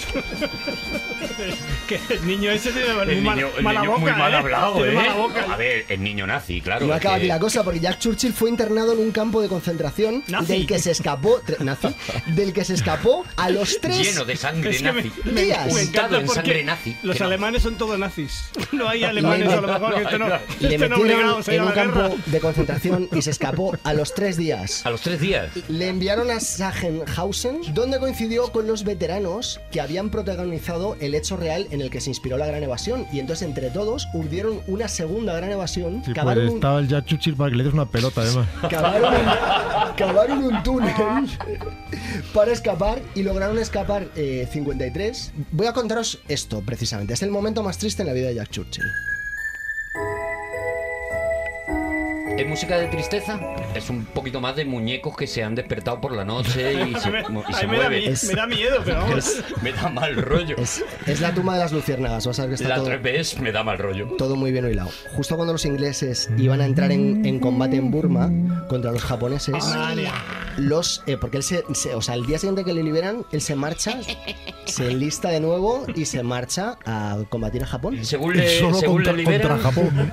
S4: Que el niño ese tiene muy
S1: El
S4: mal-
S1: niño, el
S4: mala
S1: niño
S4: boca,
S1: muy mal
S4: ¿eh?
S1: hablado,
S4: Tiene
S1: ¿eh?
S4: mala boca.
S1: A ver, el niño nazi, claro.
S2: No
S1: es
S2: acaba aquí
S1: que-
S2: la cosa, porque Jack Churchill fue internado en un campo de concentración
S4: Nazi.
S2: del que se escapó, tre- nazi, del que se escapó a los tres
S1: Lleno de sangre
S4: Es que me-
S1: nazi.
S4: me-
S2: días.
S4: me encanta
S1: Untado en
S4: porque
S1: sangre nazi.
S4: Los
S1: Que no.
S4: alemanes son todos nazis. No hay alemanes a lo mejor que estén Este no,
S2: le
S4: estén
S2: metieron
S4: obligados a ir
S2: en
S4: a
S2: un
S4: la guerra.
S2: campo de concentración y se escapó a los tres días.
S1: A los tres días.
S2: Le enviaron a Sachsenhausen, donde coincidió con los veteranos que habían protagonizado el hecho real en el que se inspiró la gran evasión. Y entonces, entre todos, urdieron una segunda gran evasión.
S3: Sí, pues
S2: cavaron un-
S3: estaba el Jack Churchill para que le des una pelota, además.
S2: Cavaron un, cavaron un túnel para escapar y lograron escapar eh, 53. Voy a contaros esto precisamente. Es el momento más triste en la vida de Jack Churchill.
S1: ¿Es música de tristeza? Es un poquito más de muñecos que se han despertado por la noche y se, mu- y se
S4: Ay, me, da, mi-
S1: mueven.
S2: Es-
S4: me da miedo, pero vamos.
S1: Me da mal rollo.
S2: Es, es la tumba de las luciérnagas. Vas a ver que está
S1: La
S2: todo,
S1: 3 me da mal rollo.
S2: todo muy bien hilado. Justo cuando los ingleses iban a entrar en, en combate en Burma contra los japoneses, los eh, porque él se, se- o sea, el día siguiente que le liberan, él se marcha, se enlista de nuevo y se marcha a combatir a Japón.
S1: Según
S3: Y
S1: le,
S3: solo
S1: según
S3: contra,
S1: le liberan,
S3: contra Japón.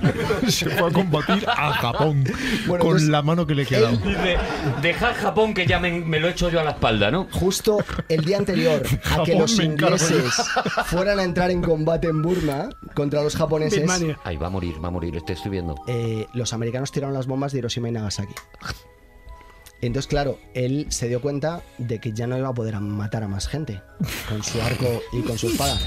S3: Se fue a combatir a Japón
S2: Bueno,
S1: pues
S3: con
S2: entonces,
S3: la mano que le quedaba.
S1: dice, dejad Japón que ya me, me lo he hecho yo a la espalda, ¿no?
S2: Justo el día anterior a que
S3: Japón,
S2: los
S3: me encargo yo.
S2: ingleses fueran a entrar en combate en Burma contra los japoneses,
S4: Birmania.
S1: Ay, va a morir, va a morir, estoy estoy viendo.
S2: eh, los americanos tiraron las bombas de Hiroshima y Nagasaki. Entonces, claro, él se dio cuenta de que ya no iba a poder matar a más gente con su arco y con su espada.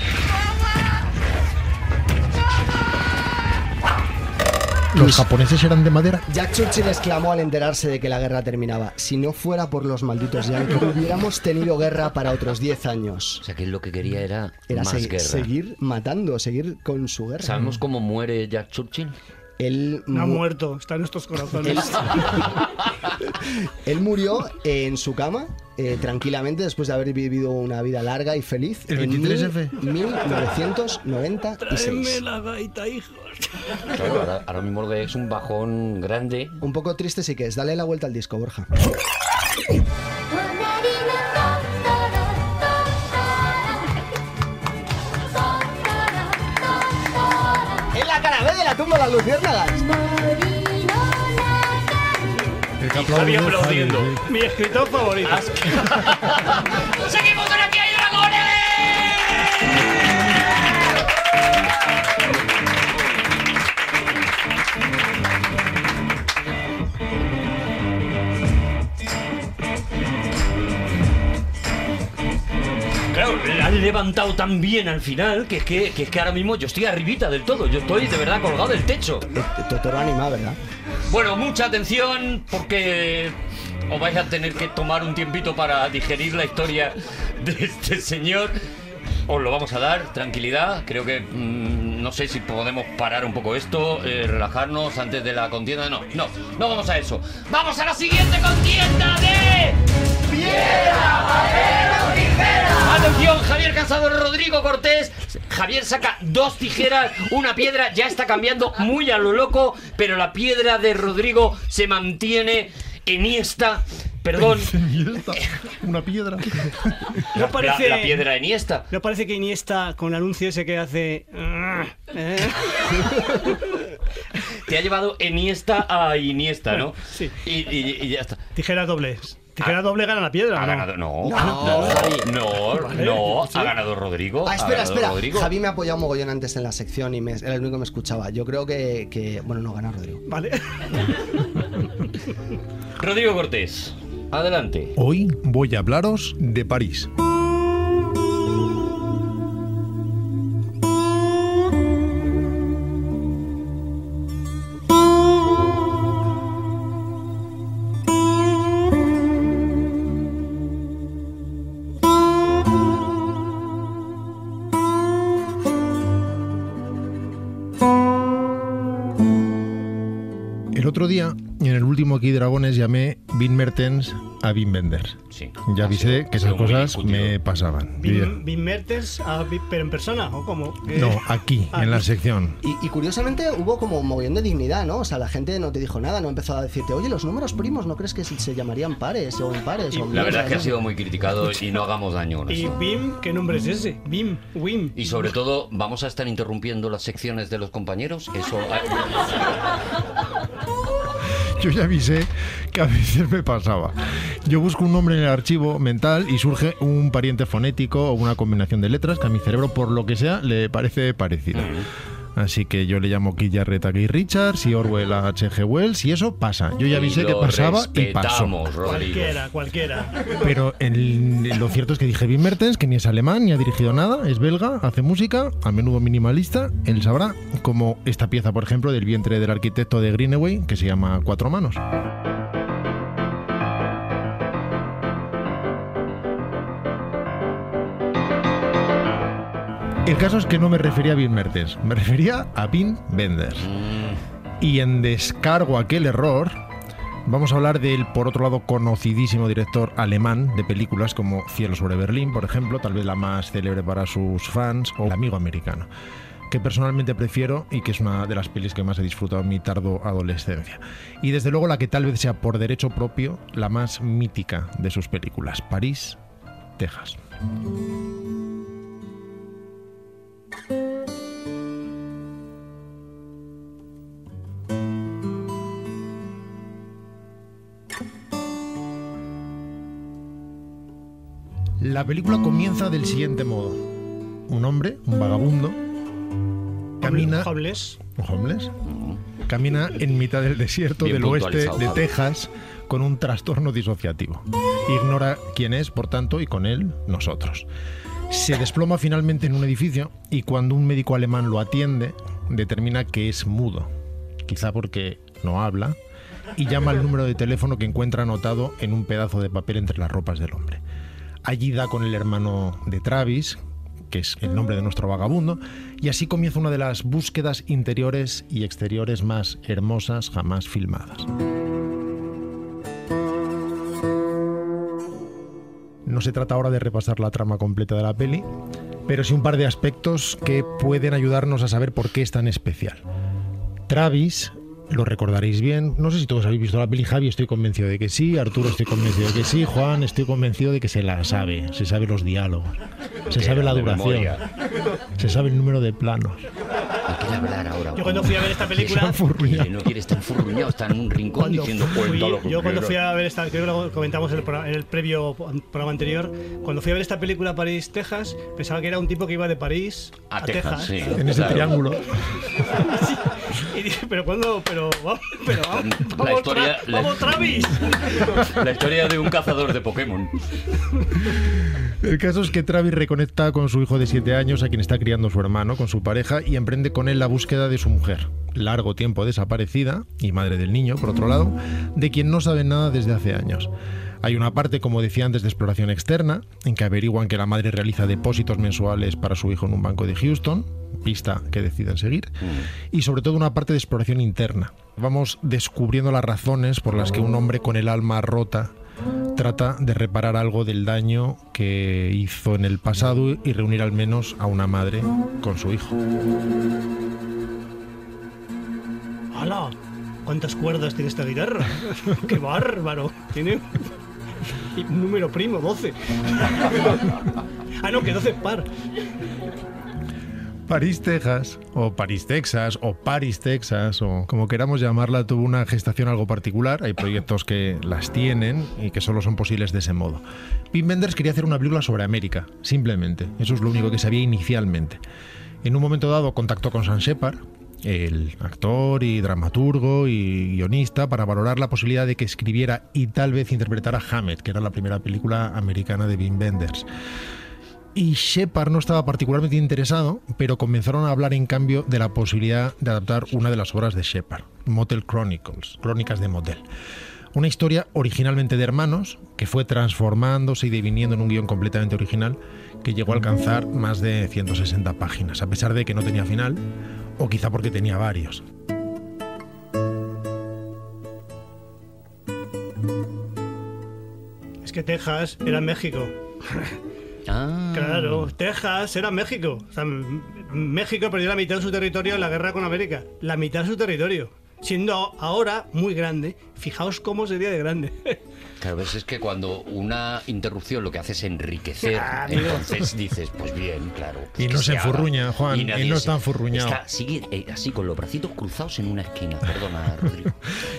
S3: Los japoneses eran de madera.
S2: Jack Churchill exclamó al enterarse de que la guerra terminaba: Si no fuera por los malditos Yankees, hubiéramos tenido guerra para otros 10 años.
S1: O sea, que él lo que quería era,
S2: Era
S1: más
S2: segui-
S1: guerra.
S2: seguir matando, seguir con su guerra.
S1: ¿Sabemos cómo muere Jack Churchill?
S2: Él
S4: No ha
S2: mu-
S4: muerto, está en nuestros corazones.
S2: Él murió eh, en su cama, eh, tranquilamente, después de haber vivido una vida larga y feliz.
S3: El
S2: en
S3: 23F.
S2: mil- 1996.
S4: la gaita, hijos.
S1: Claro, ahora, ahora mismo lo que es un bajón grande.
S2: Un poco triste sí que es. Dale la vuelta al disco, Borja. ¡Es la cara B de la tumba de las luciérnagas!
S3: El que aplaudió fue
S1: aplaudiendo.
S3: Javi, sí.
S4: Mi escritor favorito.
S6: ¡Seguimos con aquí hay dragones!
S1: Claro, la han levantado tan bien al final que es que, que es que ahora mismo yo estoy arribita del todo. Yo estoy de verdad colgado del techo.
S2: Eh, Totoro anima, ¿verdad?
S1: Bueno, mucha atención porque os vais a tener que tomar un tiempito para digerir la historia de este señor. Os lo vamos a dar, tranquilidad. Creo que mm, no sé si podemos parar un poco esto, eh, relajarnos antes de la contienda. No, no, no vamos a eso.
S6: ¡Vamos a la siguiente contienda de...
S1: Atención, Javier Cansado Rodrigo Cortés. Javier saca dos tijeras, una piedra, ya está cambiando muy a lo loco, pero la piedra de Rodrigo se mantiene Eniesta. Perdón,
S3: Y esta, Una piedra.
S4: No
S1: la,
S4: parece...
S1: la piedra Eniesta.
S4: ¿No parece que Iniesta, con el anuncio ese que hace... ¿eh?
S1: Te ha llevado Eniesta a Iniesta, ¿no?
S4: Sí.
S1: Y, y- y ya está.
S4: Tijera dobles. Tijera doble gana la piedra.
S1: Ah. Ha
S4: ¿no?
S1: ganado. No, no, no, no, ha ganado Rodrigo.
S2: Ah,
S1: ha
S2: espera,
S1: ganado
S2: espera.
S1: Rodrigo.
S2: Javi me ha apoyado mogollón antes en la sección y me- era el único que me escuchaba. Yo creo que, que- Bueno, no gana Rodrigo.
S4: Vale.
S1: Rodrigo Cortés, adelante.
S3: Hoy voy a hablaros de París. El otro día y en el último Aquí Dragones llamé Vin Mertens a Vin Benders.
S1: Ah, Sí.
S3: Ya
S1: Ha
S3: avisé
S1: sido-
S3: que
S1: ha
S3: esas
S1: sido muy
S3: cosas
S1: discutido.
S3: me pasaban. Yo ya-
S4: Vin, Vin Mertens, ah, vi- pero en persona, ¿o cómo? ¿Qué?
S3: No, aquí,
S4: Ah,
S3: en la
S4: y-
S3: sección.
S2: Y, y curiosamente hubo como un mogollón de dignidad, ¿no? O sea, la gente no te dijo nada, no empezó a decirte, oye, los números primos, ¿no crees que se- se llamarían pares o impares? o
S1: La verdad es que ha
S2: mierdas, no?".
S1: sido muy criticado y no hagamos daño. ¿no?
S4: ¿Y Bim? ¿Qué nombre es ese? Bim, Wim.
S1: Y sobre todo, ¿vamos a estar interrumpiendo las secciones de los compañeros? Eso. ah,
S3: Yo ya avisé que a veces me pasaba. Yo busco un nombre en el archivo mental y surge un pariente fonético o una combinación de letras que a mi cerebro, por lo que sea, le parece parecido. Así que yo le llamo Killarreta Guy Richards y Orwell a H.G. Wells y eso pasa. Yo ya avisé
S1: y
S3: que
S1: lo
S3: pasaba y pasó.
S1: respetamos, Rodrigo.
S4: Cualquiera, cualquiera.
S3: Pero el- lo cierto es que dije Wim Mertens, que ni es alemán, ni ha dirigido nada, es belga, hace música, a menudo minimalista. Él sabrá, como esta pieza, por ejemplo, del vientre del arquitecto de Greenaway, que se llama Cuatro Manos. El caso es que no me refería a Wim Mertens, me refería a Wim Wenders. Y en descargo a aquel error, vamos a hablar del, por otro lado, conocidísimo director alemán de películas como Cielo sobre Berlín, por ejemplo, tal vez la más célebre para sus fans, o El amigo americano, que personalmente prefiero y que es una de las pelis que más he disfrutado en mi tardo adolescencia. Y desde luego la que tal vez sea por derecho propio la más mítica de sus películas, París, Texas. La película comienza del siguiente modo. Un hombre, un vagabundo, camina...
S4: Jables.
S3: homeless, camina en mitad del desierto
S1: Bien
S3: del oeste
S1: puntualizado,
S3: de
S1: Javi.
S3: Texas con un trastorno disociativo. Ignora quién es, por tanto, y con él nosotros. Se desploma finalmente en un edificio y cuando un médico alemán lo atiende, determina que es mudo, quizá porque no habla, y llama al número de teléfono que encuentra anotado en un pedazo de papel entre las ropas del hombre. Allí da con el hermano de Travis, que es el nombre de nuestro vagabundo, y así comienza una de las búsquedas interiores y exteriores más hermosas jamás filmadas. No se trata ahora de repasar la trama completa de la peli, pero sí un par de aspectos que pueden ayudarnos a saber por qué es tan especial. Travis, lo recordaréis bien, no sé si todos habéis visto la peli Javi, estoy convencido de que sí, Arturo estoy convencido de que sí, Juan estoy convencido de que se la sabe, se sabe los diálogos, se sabe la
S1: de
S3: duración,
S1: memoria.
S3: se sabe el número de planos.
S1: ¿De qué hablar ahora?
S4: Yo cuando fui a ver esta película.
S3: Furria.
S1: Eh, No quiere estar enfurruñado, está en un rincón
S4: Cuando
S1: diciendo
S4: fui,
S1: cuéntalo.
S4: yo cuando fui a ver esta, creo que lo comentamos en el, programa- en el previo po- programa anterior, cuando fui a ver esta película París, Texas, pensaba que era un tipo que iba de París a, Texas.
S1: sí.
S3: En ese
S1: Claro.
S3: triángulo.
S4: Y dije, pero cuando, pero vamos, pero vamos,
S1: La
S4: vamos,
S1: historia-
S4: Tra-
S1: la-
S4: vamos, Travis.
S1: La historia de un cazador de Pokémon.
S3: El caso es que Travis reconecta con su hijo de 7 años, a quien está criando su hermano, con su pareja, y emprende con él la búsqueda de su mujer, largo tiempo desaparecida, y madre del niño, por otro lado, de quien no saben nada desde hace años. Hay una parte, como decía antes, de exploración externa, en que averiguan que la madre realiza depósitos mensuales para su hijo en un banco de Houston, pista que deciden seguir, y sobre todo una parte de exploración interna. Vamos descubriendo las razones por las que un hombre con el alma rota trata de reparar algo del daño que hizo en el pasado y reunir al menos a una madre con su hijo.
S4: ¡Hala! ¿Cuántas cuerdas tiene esta guitarra? ¡Qué bárbaro! Tiene un número primo, 12. ah, no, que 12 es par.
S3: París, Texas, o París, Texas, o París, Texas, o como queramos llamarla, tuvo una gestación algo particular. Hay proyectos que las tienen y que solo son posibles de ese modo. Pim Benders quería hacer una película sobre América, simplemente. Eso es lo único que sabía inicialmente. En un momento dado contactó con San Shepard, el actor y dramaturgo y guionista, para valorar la posibilidad de que escribiera y tal vez interpretara Hammett, que era la primera película americana de Wim Wenders. Y Shepard no estaba particularmente interesado, pero comenzaron a hablar en cambio de la posibilidad de adaptar una de las obras de Shepard, Motel Chronicles, Crónicas de Motel. Una historia originalmente de hermanos, que fue transformándose y deviniendo en un guión completamente original, que llegó a alcanzar más de 160 páginas, a pesar de que no tenía final, o quizá porque tenía varios.
S4: Es que Texas era México.
S1: Ah.
S4: Claro, Texas era México. O sea, M- México perdió la mitad de su territorio en la guerra con América. La mitad de su territorio. Siendo a- ahora muy grande. Fijaos cómo sería de grande.
S1: Claro, ves, es que cuando una interrupción lo que hace es enriquecer,
S4: Ah, amigo.
S1: entonces dices, pues bien, claro.
S3: Y
S1: pues
S3: no
S1: que
S3: se
S1: haga.
S3: enfurruña, Juan, y
S1: nadie
S3: no
S1: se-
S3: está enfurruñado.
S1: Está, sigue eh, así, con los bracitos cruzados en una esquina. Perdona, Rodrigo.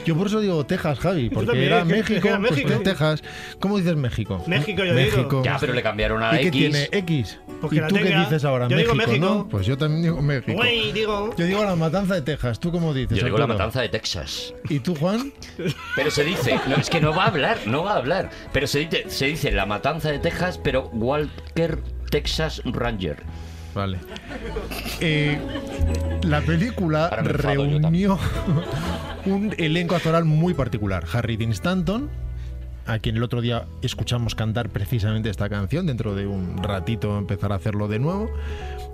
S3: Yo por eso digo Texas, Javi, porque
S4: también,
S3: era
S4: es que-
S3: México,
S4: es que era
S3: pues
S4: México.
S3: fue Texas. ¿Cómo dices México?
S4: México, yo digo.
S1: Ya, pero le cambiaron a la
S3: ¿Y qué
S1: X.
S3: tiene? X.
S4: Porque
S3: ¿Y
S4: la
S3: tú qué
S4: tenga.
S3: dices ahora?
S4: Yo digo
S3: México,
S4: México.
S3: ¿no? Pues yo también digo México.
S4: Güey, digo.
S3: Yo digo la matanza de Texas. ¿Tú cómo dices?
S1: Yo digo la
S3: Arturo?
S1: matanza de Texas.
S3: ¿Y tú, Juan?
S1: Pero se dice, no, es que no va a hablar, no va a hablar. Pero se dice, se dice la matanza de Texas, pero Walker Texas Ranger.
S3: Vale. Eh, la película
S1: Ahora me enfado yo
S3: reunió un elenco actoral muy particular. Harry Dean Stanton, a quien el otro día escuchamos cantar precisamente esta canción, dentro de un ratito empezar a hacerlo de nuevo,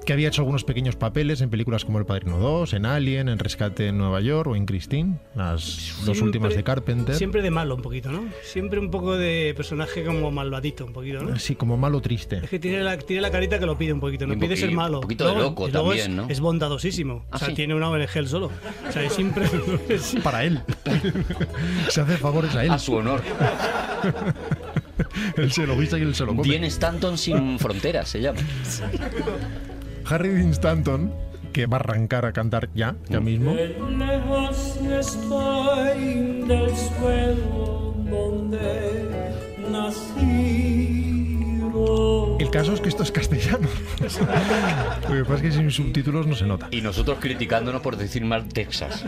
S3: que había hecho algunos pequeños papeles en películas como El Padrino 2, en Alien, en Rescate en Nueva York o en Christine, las dos
S4: Siempre-
S3: últimas de Carpenter.
S4: Siempre de malo un poquito, ¿no? Siempre un poco de personaje como malvadito un poquito, ¿no?
S3: Así como malo triste.
S4: Es que tiene la, tiene la carita que lo pide un poquito, no
S1: Y un
S4: pide ser
S1: poqui-
S4: malo.
S1: un poquito de
S4: Luego-
S1: loco
S4: y luego
S1: también,
S4: es,
S1: ¿no?
S4: Es bondadosísimo.
S1: Ah,
S4: o sea,
S1: sí.
S4: tiene una ONG él solo. O sea, es siempre. es-
S3: Para él. se hace favores a él.
S1: A su honor.
S3: Él se lo guisa y él se lo come.
S1: Bien Stanton sin fronteras, se llama.
S3: Harry Dean Stanton, que va a arrancar a cantar ya,
S1: Mm.
S3: ya mismo,
S5: Lejos estoy del suelo donde nací.
S3: el caso es que esto es castellano. Lo que pasa es que sin subtítulos no se nota.
S1: Y nosotros criticándonos por decir mal Texas.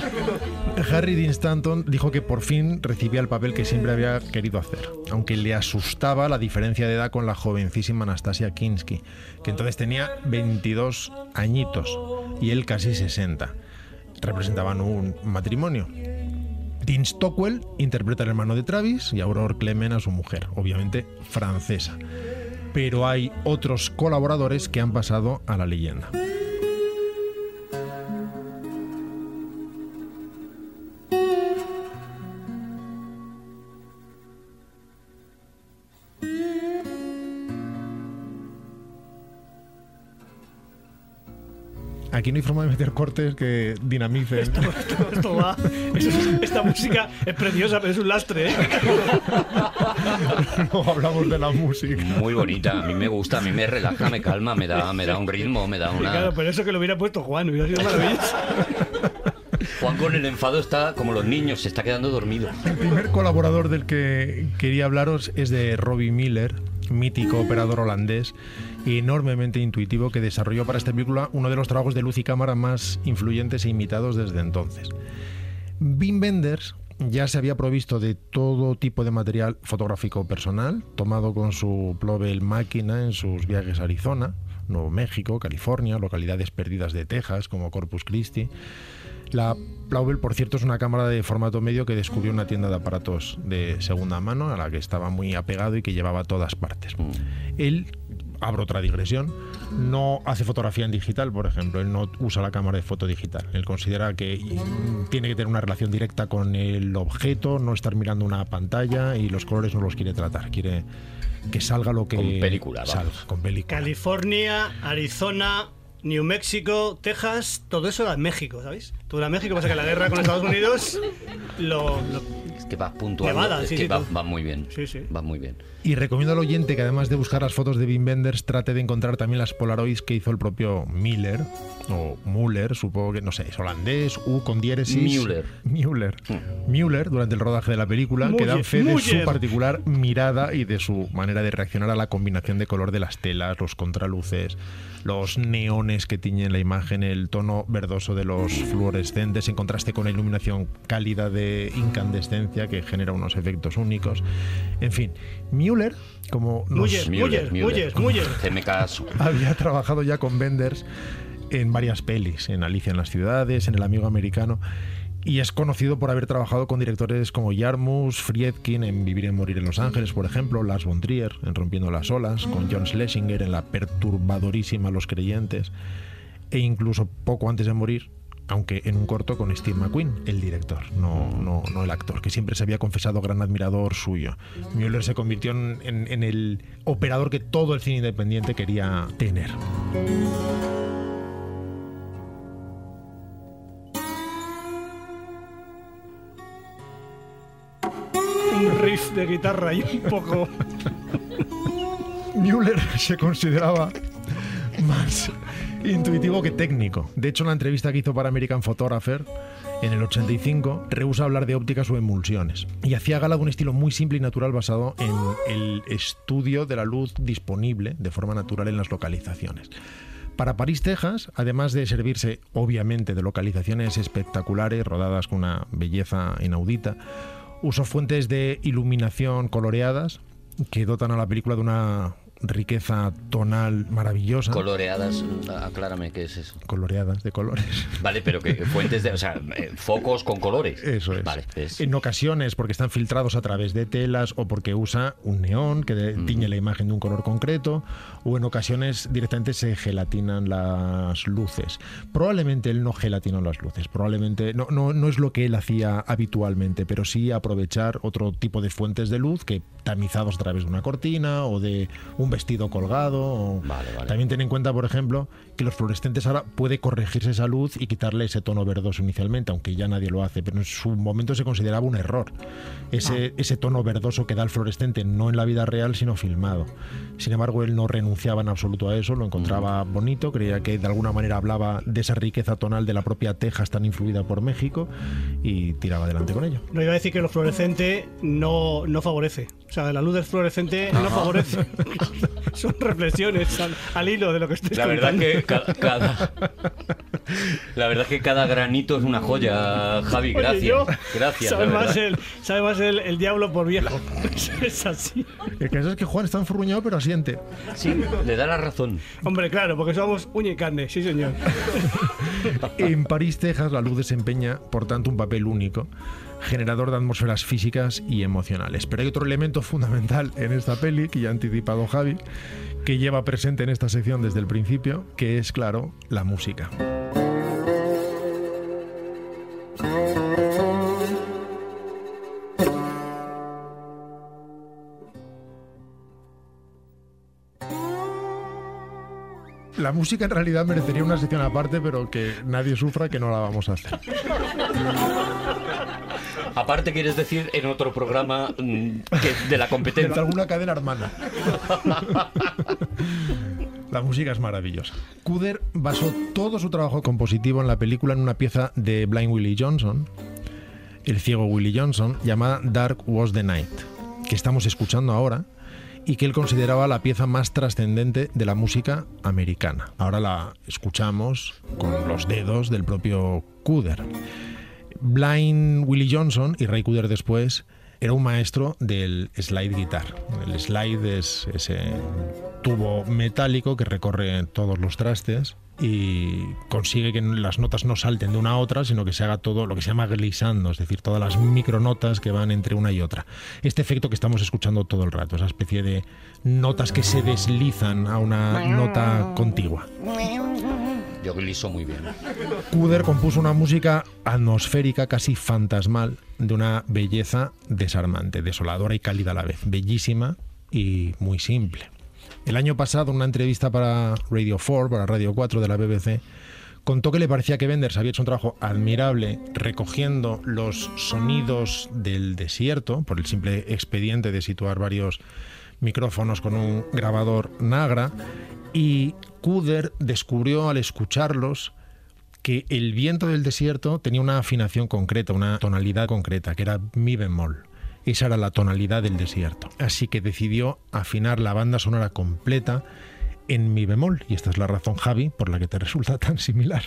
S3: Harry Dean Stanton dijo que por fin recibía el papel que siempre había querido hacer, aunque le asustaba la diferencia de edad con la jovencísima Anastasia Kinsky, que entonces tenía 22 añitos y él casi 60. Representaban un matrimonio. Dean Stockwell interpreta al hermano de Travis y Aurore Clement a su mujer, obviamente francesa. Pero hay otros colaboradores que han pasado a la leyenda. Aquí no hay forma de meter cortes que dinamicen.
S4: Esto va. es- esta música es preciosa, pero es un lastre, ¿eh?
S3: No hablamos de la música.
S1: Muy bonita, a mí me gusta, a mí me relaja, me calma, me da, me da un ritmo, me da una...
S4: Claro, pero eso que lo hubiera puesto Juan, hubiera sido maravilloso.
S1: Juan con el enfado está como los niños, se está quedando dormido.
S3: El primer colaborador del que quería hablaros es de Robbie Miller, mítico operador holandés y enormemente intuitivo que desarrolló para esta película uno de los trabajos de luz y cámara más influyentes e imitados desde entonces. Wim Wenders ya se había provisto de todo tipo de material fotográfico personal, tomado con su Plobel máquina en sus viajes a Arizona, Nuevo México, California, localidades perdidas de Texas como Corpus Christi. La Plaubel, por cierto, es una cámara de formato medio que descubrió en una tienda de aparatos de segunda mano a la que estaba muy apegado y que llevaba a todas partes.
S1: Mm.
S3: Él, abro otra digresión, no hace fotografía en digital, por ejemplo, él no usa la cámara de foto digital. Él considera que mm, tiene que tener una relación directa con el objeto, no estar mirando una pantalla y los colores no los quiere tratar, quiere que salga lo que
S1: Con película, vamos.
S3: salga, con película.
S4: California, Arizona, New México, Texas, todo eso era México, ¿sabéis? Todo era México, pasa que la guerra con Estados Unidos lo- lo,
S1: Es que vas puntual,
S4: Nevada,
S1: es
S4: sí,
S1: que
S4: sí,
S1: va,
S4: todo.
S1: va muy bien.
S4: Sí, sí.
S1: Va muy bien.
S3: Y recomiendo al oyente que además de buscar las fotos de Wim Wenders, trate de encontrar también las Polaroids que hizo el propio Miller o Müller, supongo que no sé, es holandés, U con diéresis.
S1: Müller.
S3: Müller. Müller, durante el rodaje de la película, que dan
S4: Müller,
S3: fe de su
S4: Müller.
S3: particular mirada y de su manera de reaccionar a la combinación de color de las telas, los contraluces, los neones que tiñen la imagen, el tono verdoso de los fluorescentes en contraste con la iluminación cálida de incandescencia que genera unos efectos únicos. En fin, Müller, como nos
S4: Müller. Müller, Müller, Müller.
S1: Haceme caso.
S3: había trabajado ya con Benders en varias pelis, en Alicia en las ciudades, en El amigo americano, y es conocido por haber trabajado con directores como Jarmus, Friedkin en Vivir y morir en Los Ángeles, por ejemplo, Lars von Trier en Rompiendo las olas, con John Schlesinger en la perturbadorísima Los creyentes, e incluso poco antes de morir aunque en un corto con Steve McQueen, el director, no, no, no el actor, que siempre se había confesado gran admirador suyo. Müller se convirtió en, en- en el operador que todo el cine independiente quería tener.
S4: Un riff de guitarra y un poco.
S3: Müller se consideraba más intuitivo que técnico. De hecho, en la entrevista que hizo para American Photographer en el 85, rehúsa hablar de ópticas o emulsiones. Y hacía gala de un estilo muy simple y natural basado en el estudio de la luz disponible de forma natural en las localizaciones. Para París, Texas, además de servirse obviamente de localizaciones espectaculares rodadas con una belleza inaudita, usó fuentes de iluminación coloreadas que dotan a la película de una riqueza tonal maravillosa.
S1: Coloreadas, aclárame qué es eso.
S3: coloreadas de colores.
S1: Vale, pero que fuentes de. O sea, eh, focos con colores.
S3: Eso es.
S1: Vale, es.
S3: En ocasiones porque están filtrados a través de telas o porque usa un neón que de- tiñe la imagen de un color concreto o en ocasiones directamente se gelatinan las luces. Probablemente él no gelatinó las luces, probablemente no, no, no es lo que él hacía habitualmente, pero sí aprovechar otro tipo de fuentes de luz que tamizados a través de una cortina o de un vestido colgado. o-
S1: Vale, vale.
S3: También ten en cuenta, por ejemplo, que los fluorescentes ahora puede corregirse esa luz y quitarle ese tono verdoso inicialmente, aunque ya nadie lo hace, pero en su momento se consideraba un error. Ese, ese tono verdoso que da el fluorescente, no en la vida real, sino filmado. Sin embargo, él no renunciaba en absoluto a eso, lo encontraba
S1: Mm.
S3: bonito, creía que de alguna manera hablaba de esa riqueza tonal de la propia Texas tan influida por México y tiraba adelante con ello.
S4: No iba a decir que lo fluorescente no, no favorece. O sea, la luz del fluorescente no favorece. Son reflexiones al, al hilo de lo que estoy
S1: La verdad que ca- cada. La verdad que cada granito es una joya, Javi. Gracias. gracias. la
S4: Sabe más,
S1: verdad.
S4: el, sabe más el, el diablo por viejo. Es así.
S3: El caso es que Juan está enfurruñado, pero asiente.
S1: Sí, le da la razón.
S4: Hombre, claro, porque somos uña y carne, sí señor.
S3: En París, Texas, la luz desempeña, por tanto, un papel único, generador de atmósferas físicas y emocionales. Pero hay otro elemento fundamental en esta peli, que ya ha anticipado Javi, que lleva presente en esta sección desde el principio, que es, claro, la música. La música en realidad merecería una sección aparte, pero que nadie sufra que no la vamos a hacer.
S1: Aparte, quieres decir en otro programa mm, que de la
S3: De
S1: competencia.
S3: alguna cadena hermana. La música es maravillosa. Cooder basó todo su trabajo compositivo en la película en una pieza de Blind Willie Johnson, el ciego Willie Johnson, llamada Dark Was the Night, que estamos escuchando ahora y que él consideraba la pieza más trascendente de la música americana. Ahora la escuchamos con los dedos del propio Cooder. Blind Willie Johnson y Ray Cooder después era un maestro del slide guitar. El slide es ese tubo metálico que recorre todos los trastes y consigue que las notas no salten de una a otra, sino que se haga todo lo que se llama glissando, es decir, todas las micronotas que van entre una y otra. Este efecto que estamos escuchando todo el rato, esa especie de notas que se deslizan a una nota contigua.
S1: Yo gliso muy bien.
S3: Cooder compuso una música atmosférica, casi fantasmal, de una belleza desarmante, desoladora y cálida a la vez, bellísima y muy simple. El año pasado, en una entrevista para Radio 4, para Radio 4 de la BBC, contó que le parecía que Benders había hecho un trabajo admirable recogiendo los sonidos del desierto, por el simple expediente de situar varios micrófonos con un grabador Nagra, y Cooder descubrió al escucharlos que el viento del desierto tenía una afinación concreta, una tonalidad concreta, que era mi bemol. Esa era la tonalidad del desierto. Así que decidió afinar la banda sonora completa en mi bemol. Y esta es la razón, Javi, por la que te resulta tan similar.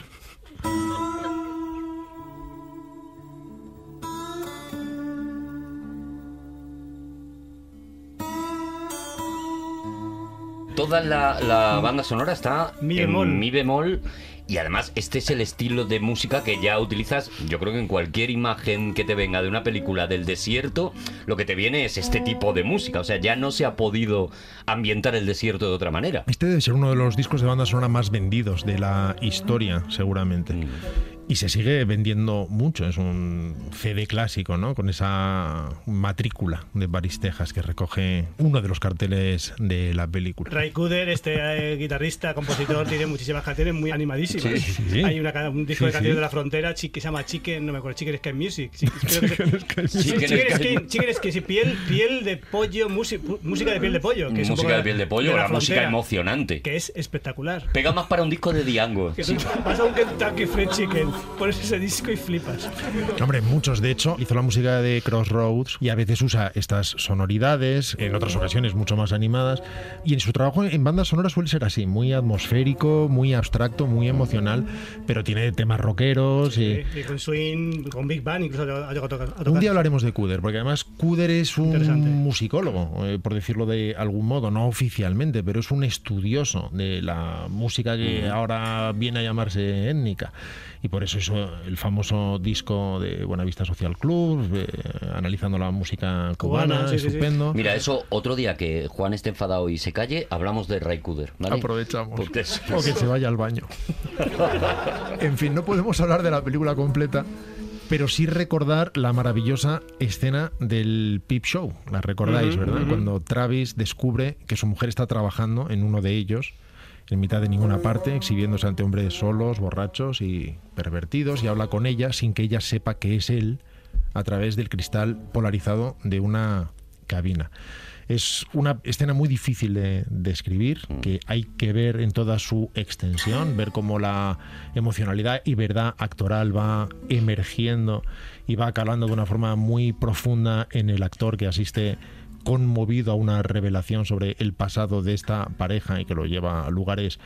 S1: Toda la, la banda sonora está
S4: Mm. Mi
S1: en
S4: bemol.
S1: mi bemol. Y además, este es el estilo de música que ya utilizas. Yo creo que en cualquier imagen que te venga de una película del desierto, lo que te viene es este tipo de música. O sea, ya no se ha podido ambientar el desierto de otra manera. Mm.
S3: Este debe ser uno de los discos de banda sonora más vendidos de la historia, seguramente. Y se sigue vendiendo mucho, es un CD clásico, ¿no? Con esa matrícula de París, Texas, que recoge uno de los carteles de la película.
S4: Ray Cooder, este eh, guitarrista, compositor, tiene muchísimas canciones muy animadísimas.
S3: Sí, sí, sí.
S4: Hay una, ca- un disco
S3: Sí,
S4: de canciones
S3: sí.
S4: de la frontera chi- que se llama Chicken, no me acuerdo, Chicken Skin Music. Sí, creo que se-
S3: Chicken
S4: Sí,
S1: Skin.
S4: Chicken
S1: Skin.
S4: Skin, Chicken Skin, sí, piel, piel de pollo, musi- pu- música de piel de pollo. Que es un poco
S1: Mm, música de piel de pollo,
S4: la
S1: la música
S4: frontera,
S1: emocionante.
S4: Que es espectacular.
S1: Pega más para un disco de Diango.
S4: Que
S1: Sí.
S4: tú vas a un Kentucky Fried Chicken, pones ese disco y flipas.
S3: Hombre, muchos, de hecho, hizo la música de Crossroads y a veces usa estas sonoridades, en otras ocasiones mucho más animadas. Y en su trabajo en bandas sonoras suele ser así, muy atmosférico, muy abstracto, muy emocional, pero tiene temas rockeros. y-
S4: Eh, y con swing, con Big Bang, incluso ha llegado a tocar. a
S3: Un
S4: tocar.
S3: día hablaremos de Cuder, porque además Cuder es
S4: Interesante.
S3: un musicólogo, eh, por decirlo de algún modo, no oficialmente, pero es un estudioso de la música
S4: Mm.
S3: que ahora viene a llamarse étnica. Y por eso hizo el famoso disco de Buenavista Social Club, eh, analizando la música cubana,
S4: Cubana, sí, sí, sí.
S3: estupendo.
S1: Mira, eso otro día que Juan esté enfadado y se calle, hablamos de Ray Cooder.
S4: Ah,
S1: ¿vale?
S3: Aprovechamos.
S1: Porque es-
S3: O que se vaya al baño. en fin, no podemos hablar de la película completa, pero sí recordar la maravillosa escena del Peep Show. La recordáis, ¿verdad? Cuando Travis descubre que su mujer está trabajando en uno de ellos, en mitad de ninguna parte, exhibiéndose ante hombres solos, borrachos y pervertidos, y habla con ella sin que ella sepa que es él a través del cristal polarizado de una cabina. Es una escena muy difícil de describir, que hay que ver en toda su extensión, ver cómo la emocionalidad y verdad actoral va emergiendo y va calando de una forma muy profunda en el actor que asiste conmovido a una revelación sobre el pasado de esta pareja y que lo lleva a lugares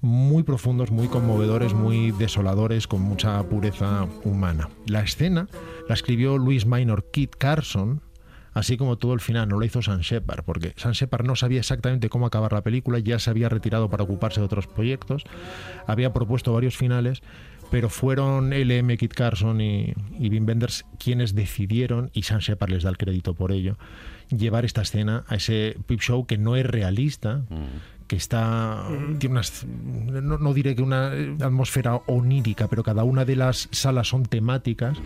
S3: muy profundos, muy conmovedores, muy desoladores, con mucha pureza humana. La escena la escribió Luis Minor Kit Carson, así como todo el final, no lo hizo San Shepard, porque San Shepard no sabía exactamente cómo acabar la película, ya se había retirado para ocuparse de otros proyectos, había propuesto varios finales, pero fueron LM Kit Carson y, y Wim Wenders quienes decidieron, y San Shepard les da el crédito por ello, llevar esta escena a ese peep show que no es realista, que está tiene unas no, no diré que una eh, atmósfera onírica, pero cada una de las salas son temáticas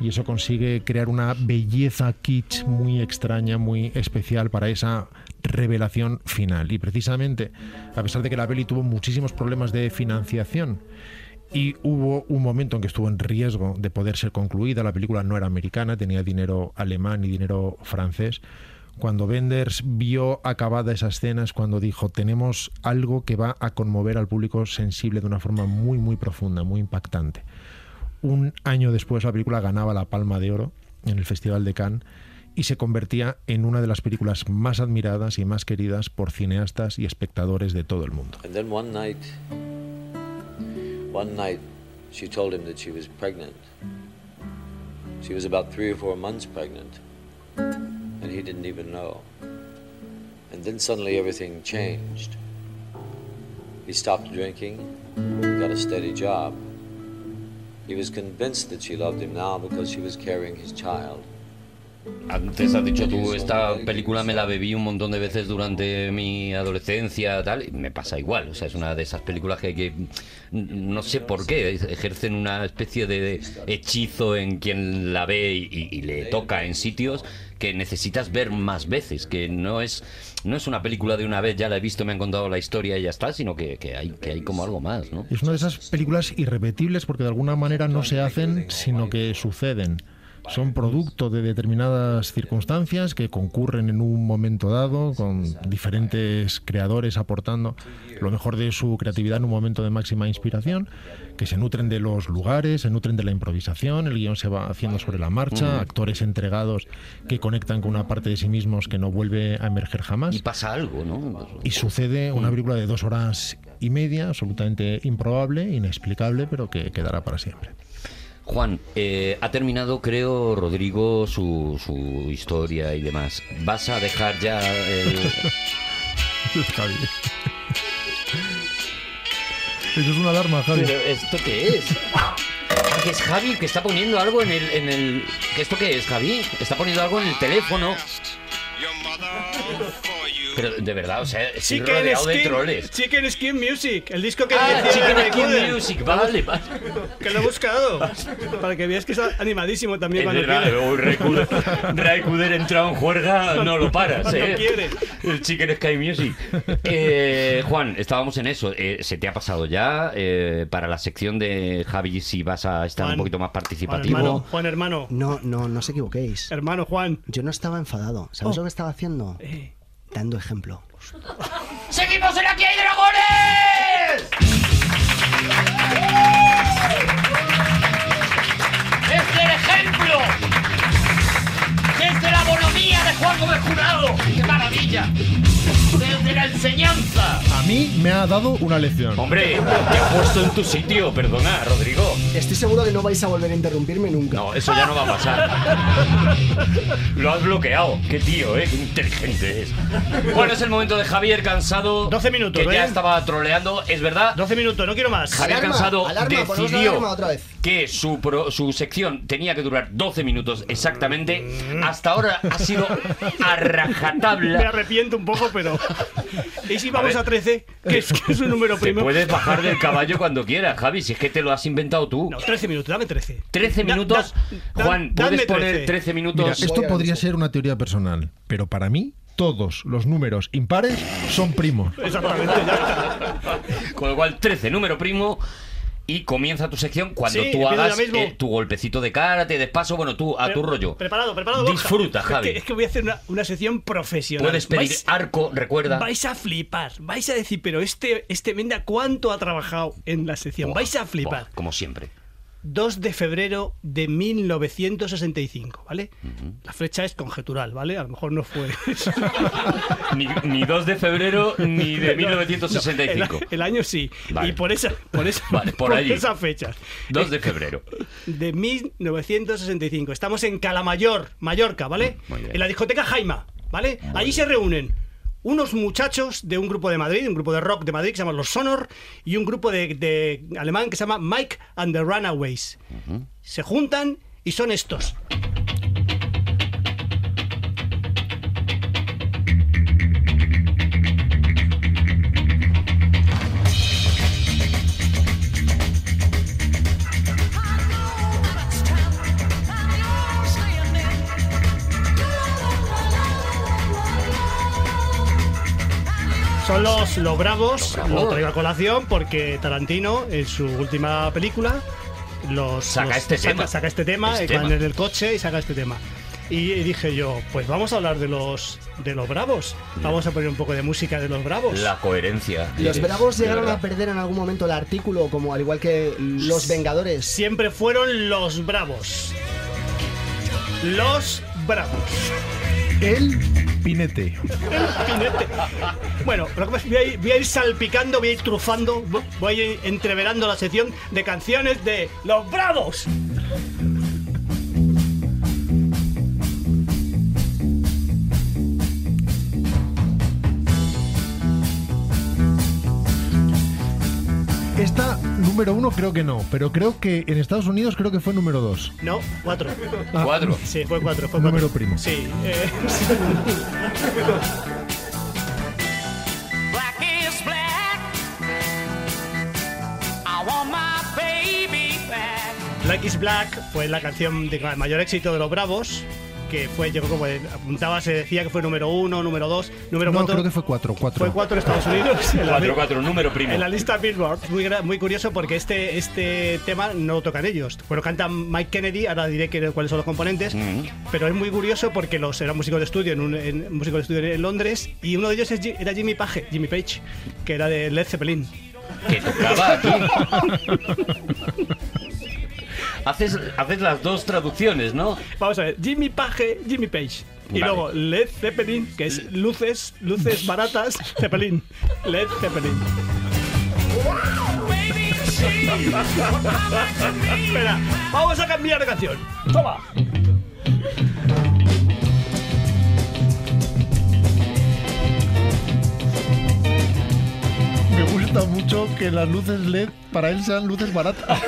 S3: y eso consigue crear una belleza kitsch muy extraña, muy especial para esa revelación final. Y precisamente, a pesar de que la peli tuvo muchísimos problemas de financiación, y hubo un momento en que estuvo en riesgo de poder ser concluida. La película no era americana, tenía dinero alemán y dinero francés. Cuando Benders vio acabada esa escena es cuando dijo, tenemos algo que va a conmover al público sensible de una forma muy, muy profunda, muy impactante. Un año después la película ganaba la Palma de Oro en el Festival de Cannes y se convertía en una de las películas más admiradas y más queridas por cineastas y espectadores de todo el mundo.
S7: And then one night, one night, she told him that she was pregnant. She was about three or four months pregnant, and he didn't even know. And then suddenly everything changed. He stopped drinking, got a steady job. He was convinced that she loved him now because she was carrying his child.
S1: Antes has dicho tú, esta película me la bebí un montón de veces durante mi adolescencia, tal, y me pasa igual. O sea, es una de esas películas que, que, mm, no sé por qué, ejercen una especie de hechizo en quien la ve y, y- y le toca en sitios que necesitas ver más veces, que no es no es una película de una vez, ya la he visto, me han contado la historia y ya está, sino que, que hay, que hay como algo más, ¿no?
S3: Es una de esas películas irrepetibles porque de alguna manera no se hacen, sino que suceden. Son producto de determinadas circunstancias que concurren en un momento dado, con diferentes creadores aportando lo mejor de su creatividad en un momento de máxima inspiración, que se nutren de los lugares, se nutren de la improvisación, el guión se va haciendo sobre la marcha, actores entregados que conectan con una parte de sí mismos que no vuelve a emerger jamás.
S1: Y pasa algo, ¿no?
S3: Y sucede una película de dos horas y media, absolutamente improbable, inexplicable, pero que quedará para siempre.
S1: Juan, eh, ha terminado, creo, Rodrigo, su, su historia y demás. ¿Vas a dejar ya el...
S3: Javi. Eso es una alarma, Javi.
S1: ¿Pero esto qué es? Ah, que es Javi, que está poniendo algo en el, en el... ¿Qué ¿Esto qué es, Javi? Está poniendo algo en el teléfono. Pero de verdad, o sea, estoy
S4: Chicken
S1: rodeado de
S4: Skin,
S1: troles.
S4: Chicken Skin Music, el disco que
S1: Ah,
S4: decía de
S1: Chicken
S4: Ray Cooder,
S1: Skin Music, vale, vale.
S4: que lo he buscado, para que veas que está animadísimo también
S1: Es
S4: cuando
S1: verdad,
S4: quiere.
S1: luego Ray Cooder- Ray Cooder entrado en juerga, no lo paras,
S4: Cuando
S1: ¿eh?
S4: quiere.
S1: El Chicken Sky Music. Eh, Juan, estábamos en eso. Eh, ¿Se te ha pasado ya eh, para la sección de Javi si vas a estar
S4: Juan,
S1: un poquito más
S4: Juan
S1: participativo?
S4: hermano, Juan hermano,
S2: No, no, no os equivoquéis.
S4: hermano Juan.
S2: Yo no estaba enfadado. ¿Sabes lo que estaba haciendo?
S4: Eh,
S2: Dando ejemplo.
S6: ¡Seguimos en Aquí hay dragones! ¡Este el ejemplo! ¡Desde la bonomía de Juan Gómez Jurado! ¡Qué maravilla! ¡Desde la enseñanza!
S3: A mí me ha dado una lección.
S1: Hombre, te he puesto en tu sitio, perdona, Rodrigo.
S2: Estoy seguro que no vais a volver a interrumpirme nunca.
S1: No, eso ya no va a pasar. Lo has bloqueado. Qué tío, ¿eh? Qué inteligente es. Bueno, es el momento de Javier cansado.
S4: 12 minutos,
S1: Que ya
S4: ¿eh?
S1: estaba troleando. Es verdad,
S4: 12 minutos, no quiero más.
S1: Javier
S2: Alarma,
S1: Cansado
S2: alarma, ponemos la
S1: decidió
S2: alarma otra vez.
S1: que su, pro- su sección tenía que durar 12 minutos exactamente. Hasta ahora ha sido a
S4: Me
S1: rajatabla.
S4: arrepiento un poco, pero... ¿Y si vamos
S1: ver.
S4: a, 13? Que es, que es un número
S1: Te
S4: primo.
S1: puedes bajar del caballo cuando quieras, Javi, si es que te lo has inventado tú.
S4: No, 13 minutos, dame 13.
S1: 13
S4: Da-
S1: minutos.
S4: da-
S1: Juan,
S4: da-
S1: puedes
S4: dame
S1: poner 13
S3: Mira,
S1: minutos.
S3: esto podría ser una teoría personal, pero para mí todos los números impares son primos.
S4: Exactamente, ya está.
S1: Con lo cual, 13, número primo. Y comienza tu sección cuando
S4: Sí,
S1: tú
S4: empiezo ya
S1: hagas
S4: mismo.
S1: eh, tu golpecito de karate, despacio, bueno, tú a tu
S4: Pre-
S1: rollo.
S4: Preparado, preparado. Borja.
S1: Disfruta,
S4: Es que-
S1: Javi.
S4: Es que, voy a hacer una, una sección profesional.
S1: Puedes pedir
S4: Vais-
S1: arco, recuerda.
S4: Vais a flipar, vais a decir, pero este, este Menda, ¿cuánto ha trabajado en la sección?
S1: Buah,
S4: Vais a
S1: buah,
S4: flipar.
S1: como siempre.
S4: 2 de febrero de 1965, ¿vale? La fecha es conjetural, ¿vale? A lo mejor no fue.
S1: Ni, ni 2 de febrero ni de
S4: El,
S1: 1965.
S4: el año sí.
S1: Vale.
S4: Y por esa, por esa,
S1: Vale, por allí.
S4: esa fecha.
S1: 2 de febrero.
S4: De 1965. Estamos en Calamayor, Mallorca, ¿vale?
S1: Mm, muy bien.
S4: En la discoteca Jaima, ¿vale? Allí se reúnen unos muchachos de un grupo de Madrid, un grupo de rock de Madrid que se llama Los Sonor, y un grupo de, de alemán que se llama Mike and the Runaways. Se juntan y son estos. Son los, los Bravos,
S1: Bravos.
S4: lo traigo a colación porque Tarantino, en su última película, los,
S1: Saca
S4: los-
S1: este tema.
S4: saca este tema,
S1: Este
S4: eh, van
S1: tema.
S4: en el coche y saca este tema. Y dije yo, pues vamos a hablar de los de los Bravos. Vamos a poner un poco de música de los Bravos.
S1: La coherencia.
S2: Los
S1: eres,
S2: bravos
S1: de
S2: llegaron
S1: verdad.
S2: a perder en algún momento el artículo, como al igual que los Vengadores.
S4: Siempre fueron los Bravos. Los Bravos.
S3: El pinete.
S4: Finete. Bueno, lo que pasa es que voy a, ir, voy a ir salpicando, voy a ir trufando, vo- voy a ir entreverando la sección de canciones de Los Bravos.
S3: Esta número uno creo que no, pero creo que en Estados Unidos creo que fue número dos.
S4: No, cuatro.
S3: Ah,
S1: Cuatro.
S4: Sí, fue cuatro. Fue
S3: Número
S4: cuatro.
S3: primo.
S4: Sí. eh,
S6: Black is black. I want my baby back.
S4: Black is Black fue la canción de con el mayor éxito de Los Bravos. Que fue, yo como apuntaba, se decía que fue número uno, número dos, número
S3: No,
S4: cuatro.
S3: creo que fue cuatro, cuatro.
S4: Fue cuatro en Estados Unidos. en la
S1: 4, 4, número primo.
S4: En la lista Billboard, muy, gra- muy curioso porque este, este tema no lo tocan ellos. Bueno, cantan Mike Kennedy, ahora diré que- cuáles son los componentes, pero es muy curioso porque los eran músicos de estudio en, un, en- músicos de estudio en Londres y uno de ellos es Ji- era Jimmy Page, Jimmy Page, que era de Led Zeppelin.
S1: Que tocaba aquí. haces, haces las dos traducciones, ¿no?
S4: Vamos a ver, Jimmy Page, Jimmy Page. Y
S1: Vale.
S4: luego Led Zeppelin, que es luces, luces baratas, Zeppelin. Led Zeppelin. Espera, vamos a cambiar de canción. Toma.
S3: Me gusta molesta mucho que las luces LED para él sean luces baratas.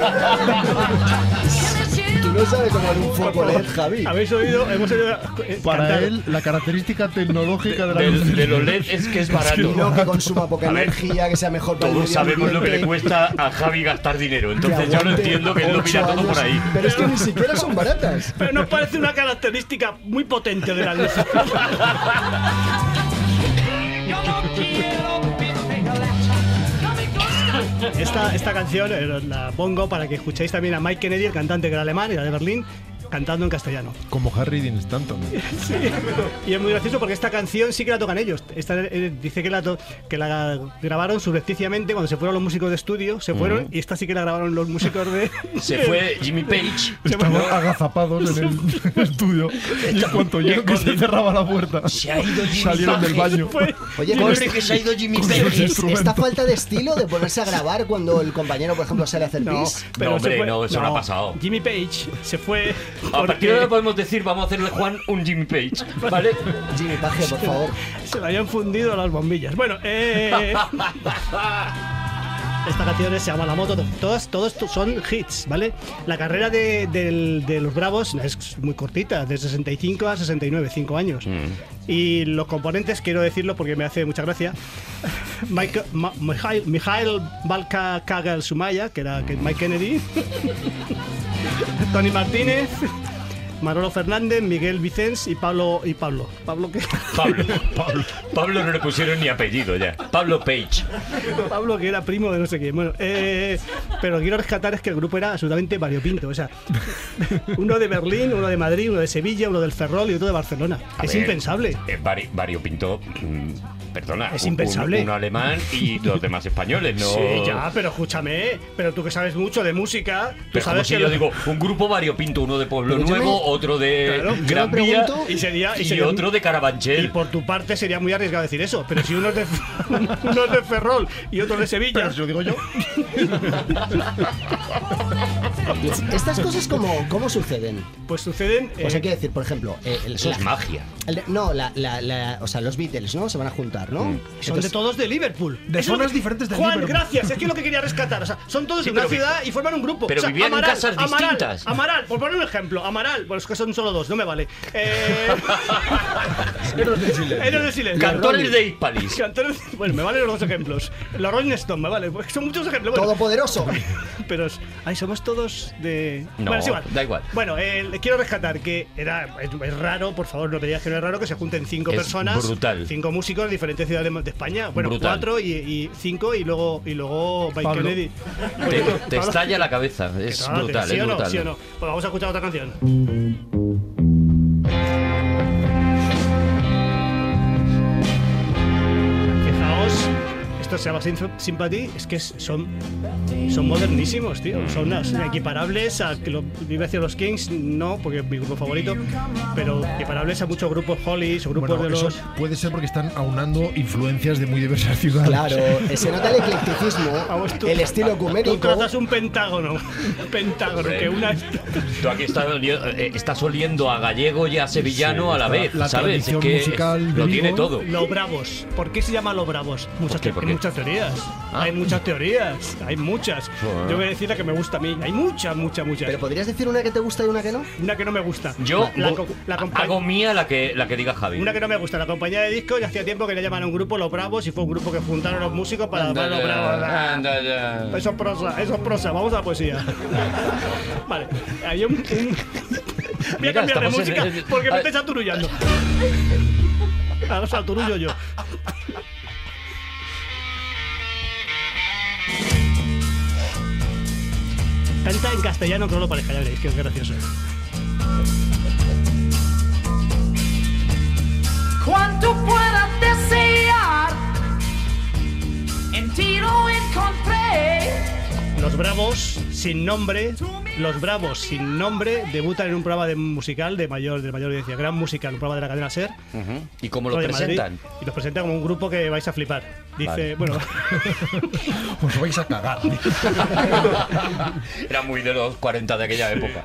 S2: Tú no sabes cómo un foco LED, Javi.
S4: ¿Habéis oído? Hemos oído eh,
S3: Para
S4: cantar.
S3: él, la característica tecnológica de, la
S1: Del-
S3: luz
S1: de los LED es que es barato.
S2: Y no que consuma poca
S1: A ver,
S2: energía, que sea mejor para el
S1: Todos
S2: medio
S1: sabemos lo que le
S2: ambiente,
S1: cuesta a Javi gastar dinero,
S2: que
S1: entonces yo lo
S2: aguante
S1: entiendo que él lo
S2: ocho
S1: mira todo
S2: años.
S1: por ahí.
S2: Pero es que ni siquiera son baratas.
S4: Pero nos parece una característica muy potente de la luz. Esta, esta canción eh, la pongo para que escuchéis también a Mike Kennedy, el cantante que era alemán, era de Berlín, cantando en castellano.
S3: Como Harry Dean Stanton.
S4: Y es muy gracioso porque esta canción sí que la tocan ellos. Esta, eh, dice que la, to- que la grabaron subrepticiamente cuando se fueron los músicos de estudio, se fueron,
S1: Mm.
S4: y esta sí que la grabaron los músicos de...
S1: Se fue Jimmy Page.
S3: Estaban agazapados en el estudio y en cuanto oyeron que se cerraba la puerta,
S1: Se ha ido Jimmy
S3: salieron del
S1: Page.
S3: baño.
S4: Fue-
S2: Oye,
S1: Yo
S2: con
S1: sé que se ha ido Jimmy
S3: Con
S1: Page.
S3: sus instrumentos.
S2: esta falta de estilo de ponerse a grabar cuando el compañero, por ejemplo, sale a hacer
S4: No,
S2: pis.
S4: pero
S1: No,
S4: se
S1: hombre,
S4: fue-
S1: no, eso no ha pasado.
S4: Jimmy Page se fue
S1: A partir de ahora
S4: porque
S1: podemos decir, vamos a hacerle Juan un Jimmy Page, ¿vale?
S2: Jimmy Paje, por favor.
S4: se le habían fundido las bombillas. Bueno, eh, esta canción se llama La Moto. Todas, todos estos son hits, ¿vale? La carrera de, del- de los Bravos es muy cortita, de 65 a 69, 5 años. Y los componentes, quiero decirlo porque me hace mucha gracia, Michael, Ma- Mijail, Mijail Balka Kagel Sumaya, que era que Mike Kennedy, Tony Martínez, Manolo Fernández, Miguel Vicens y Pablo. ¿Y Pablo? ¿Pablo qué?
S1: Pablo, Pablo, Pablo no le pusieron ni apellido ya. Pablo Page.
S4: Pablo, que era primo de no sé quién. Bueno, eh, pero quiero rescatar es que el grupo era absolutamente variopinto. O sea, uno de Berlín, uno de Madrid, uno de Sevilla, uno del Ferrol y otro de Barcelona.
S1: A
S4: es
S1: ver,
S4: impensable.
S1: eh, vari- variopinto, mm, perdona.
S4: Es
S1: un- un-
S4: impensable.
S1: Uno alemán y los demás españoles, ¿no?
S4: Sí, ya, pero escúchame, pero tú que sabes mucho de música, tú
S1: Pero como
S4: sabes
S1: si
S4: que
S1: yo
S4: lo-
S1: digo, un grupo variopinto, uno de Pueblo
S2: Pero yo
S1: Nuevo,
S2: me-
S1: otro de
S4: Claro, yo me
S1: Gran Vía
S2: pregunto-
S4: y sería- y
S1: y
S4: sería un-
S1: otro de
S4: Y
S1: Carabanchel.
S4: por tu parte sería muy arriesgado decir eso, pero si uno es de, uno es de Ferrol y otro de Sevilla,
S3: Pero si lo digo yo,
S2: Estas cosas, como, ¿cómo suceden?
S4: pues suceden...
S2: O sea,
S4: eh,
S2: quiero decir, por ejemplo, eh, el-
S1: Eso es
S2: la-
S1: magia.
S2: el- no, la, la- la- o sea, los Beatles, ¿no? Se van a juntar, ¿no?
S4: Mm. Son de todos de Liverpool.
S3: De
S4: Eso es lo
S3: zonas
S4: que-
S3: diferentes de
S4: Juan,
S3: Liverpool.
S4: gracias. Es que es lo que quería rescatar. O sea, son todos
S1: Sí,
S4: de una
S1: pero vi-
S4: ciudad y forman un grupo.
S1: pero
S4: O sea,
S1: vivían en
S4: Amaral,
S1: casas
S4: Amaral,
S1: distintas.
S4: Amaral, por poner un ejemplo. Amaral, bueno, es que son solo dos, no me vale. Eh... Héroes del silencio.
S1: Cantores de Hispalis.
S4: Cantores- Bueno, me valen los dos ejemplos. Los Rolling Stones, me vale. Porque Son muchos ejemplos. Bueno,
S2: Todopoderoso.
S4: pero es- ay, somos todos de.
S1: No,
S4: bueno, es igual.
S1: da igual.
S4: Bueno, eh, le quiero rescatar que era es, es raro, por favor, no me digas que no es raro que se junten cinco
S1: Es
S4: personas.
S1: brutal.
S4: Cinco músicos de diferentes ciudades de España. Bueno,
S1: Brutal.
S4: cuatro y, y cinco y luego y luego Mike
S3: Pablo.
S4: Kennedy.
S1: Te,
S4: Bueno,
S1: te
S4: Pablo,
S1: estalla la cabeza.
S4: que
S1: Es
S4: no, que
S1: brutal,
S4: ¿sí
S1: es
S4: o no,
S1: brutal.
S4: sí o no. Pues vamos a escuchar otra canción. Fijaos, esto se llama Symp- Sympathy, es que es- son, son modernísimos, tío. Son las- equiparables a, que lo, iba a decir los Kings, no, porque es mi grupo favorito, pero equiparables a muchos grupos Hollies o grupos
S3: bueno,
S4: de
S3: eso
S4: los...
S3: puede ser porque están aunando influencias de muy diversas ciudades.
S2: Claro, eh, se nota el
S4: Vamos,
S2: eclecticismo,
S4: tú-
S2: el estilo
S4: Tú
S2: ecuménico.
S4: tratas un pentágono, un pentágono, que una es...
S1: Tú aquí estás, oliendo- eh, estás oliendo a gallego y a sevillano
S3: Sí,
S1: a la
S3: está
S1: vez,
S3: la
S1: ¿sabes? Es
S3: tradición
S1: que
S3: musical
S1: es-
S3: de
S1: lo tiene
S3: Vigo.
S1: todo.
S4: Los bravos. ¿Por qué se llama los bravos?
S1: ¿Por
S4: Muchas,
S1: qué,
S4: te-
S1: por
S4: hay
S1: qué?
S4: muchas teorías.
S1: Ah.
S4: Hay muchas teorías. Hay muchas.
S1: Joder.
S4: Yo voy a decir la que me gusta a mí. Hay muchas, muchas, muchas.
S2: Pero podrías decir una que te gusta y una que no.
S4: una que no me gusta.
S1: Yo
S4: La- la
S1: vo-
S4: co- la compa-
S1: hago mía la que, la que diga Javi.
S4: Una que no me gusta, la compañía de discos ya hacía tiempo que le llamaban a un grupo Los Bravos y fue un grupo que juntaron los músicos para
S1: Anda
S4: para Los
S1: ya,
S4: Bravos.
S1: anda ya.
S4: Eso es prosa, eso es prosa, vamos a la poesía. vale, había un. un- Voy a
S1: Mira,
S4: cambiar de
S1: estamos en-
S4: música porque me
S1: a-
S4: estáis aturullando. Ahora os aturullo yo. Canta en castellano que no lo pareja, ya veréis, que es gracioso.
S8: Cuanto pueda desear, en ti lo encontré.
S4: Los Bravos sin nombre, Los Bravos sin nombre debutan en un programa de musical de mayor de mayor audiencia, gran musical, un programa de la cadena Ser.
S1: ¿Y cómo Pues lo
S4: Lo de Madrid,
S1: presentan?
S4: Y los presentan como un grupo que vais a flipar. Dice,
S1: Vale.
S4: bueno,
S3: Os Pues vais a cagar.
S1: Era muy de los 40 de aquella época.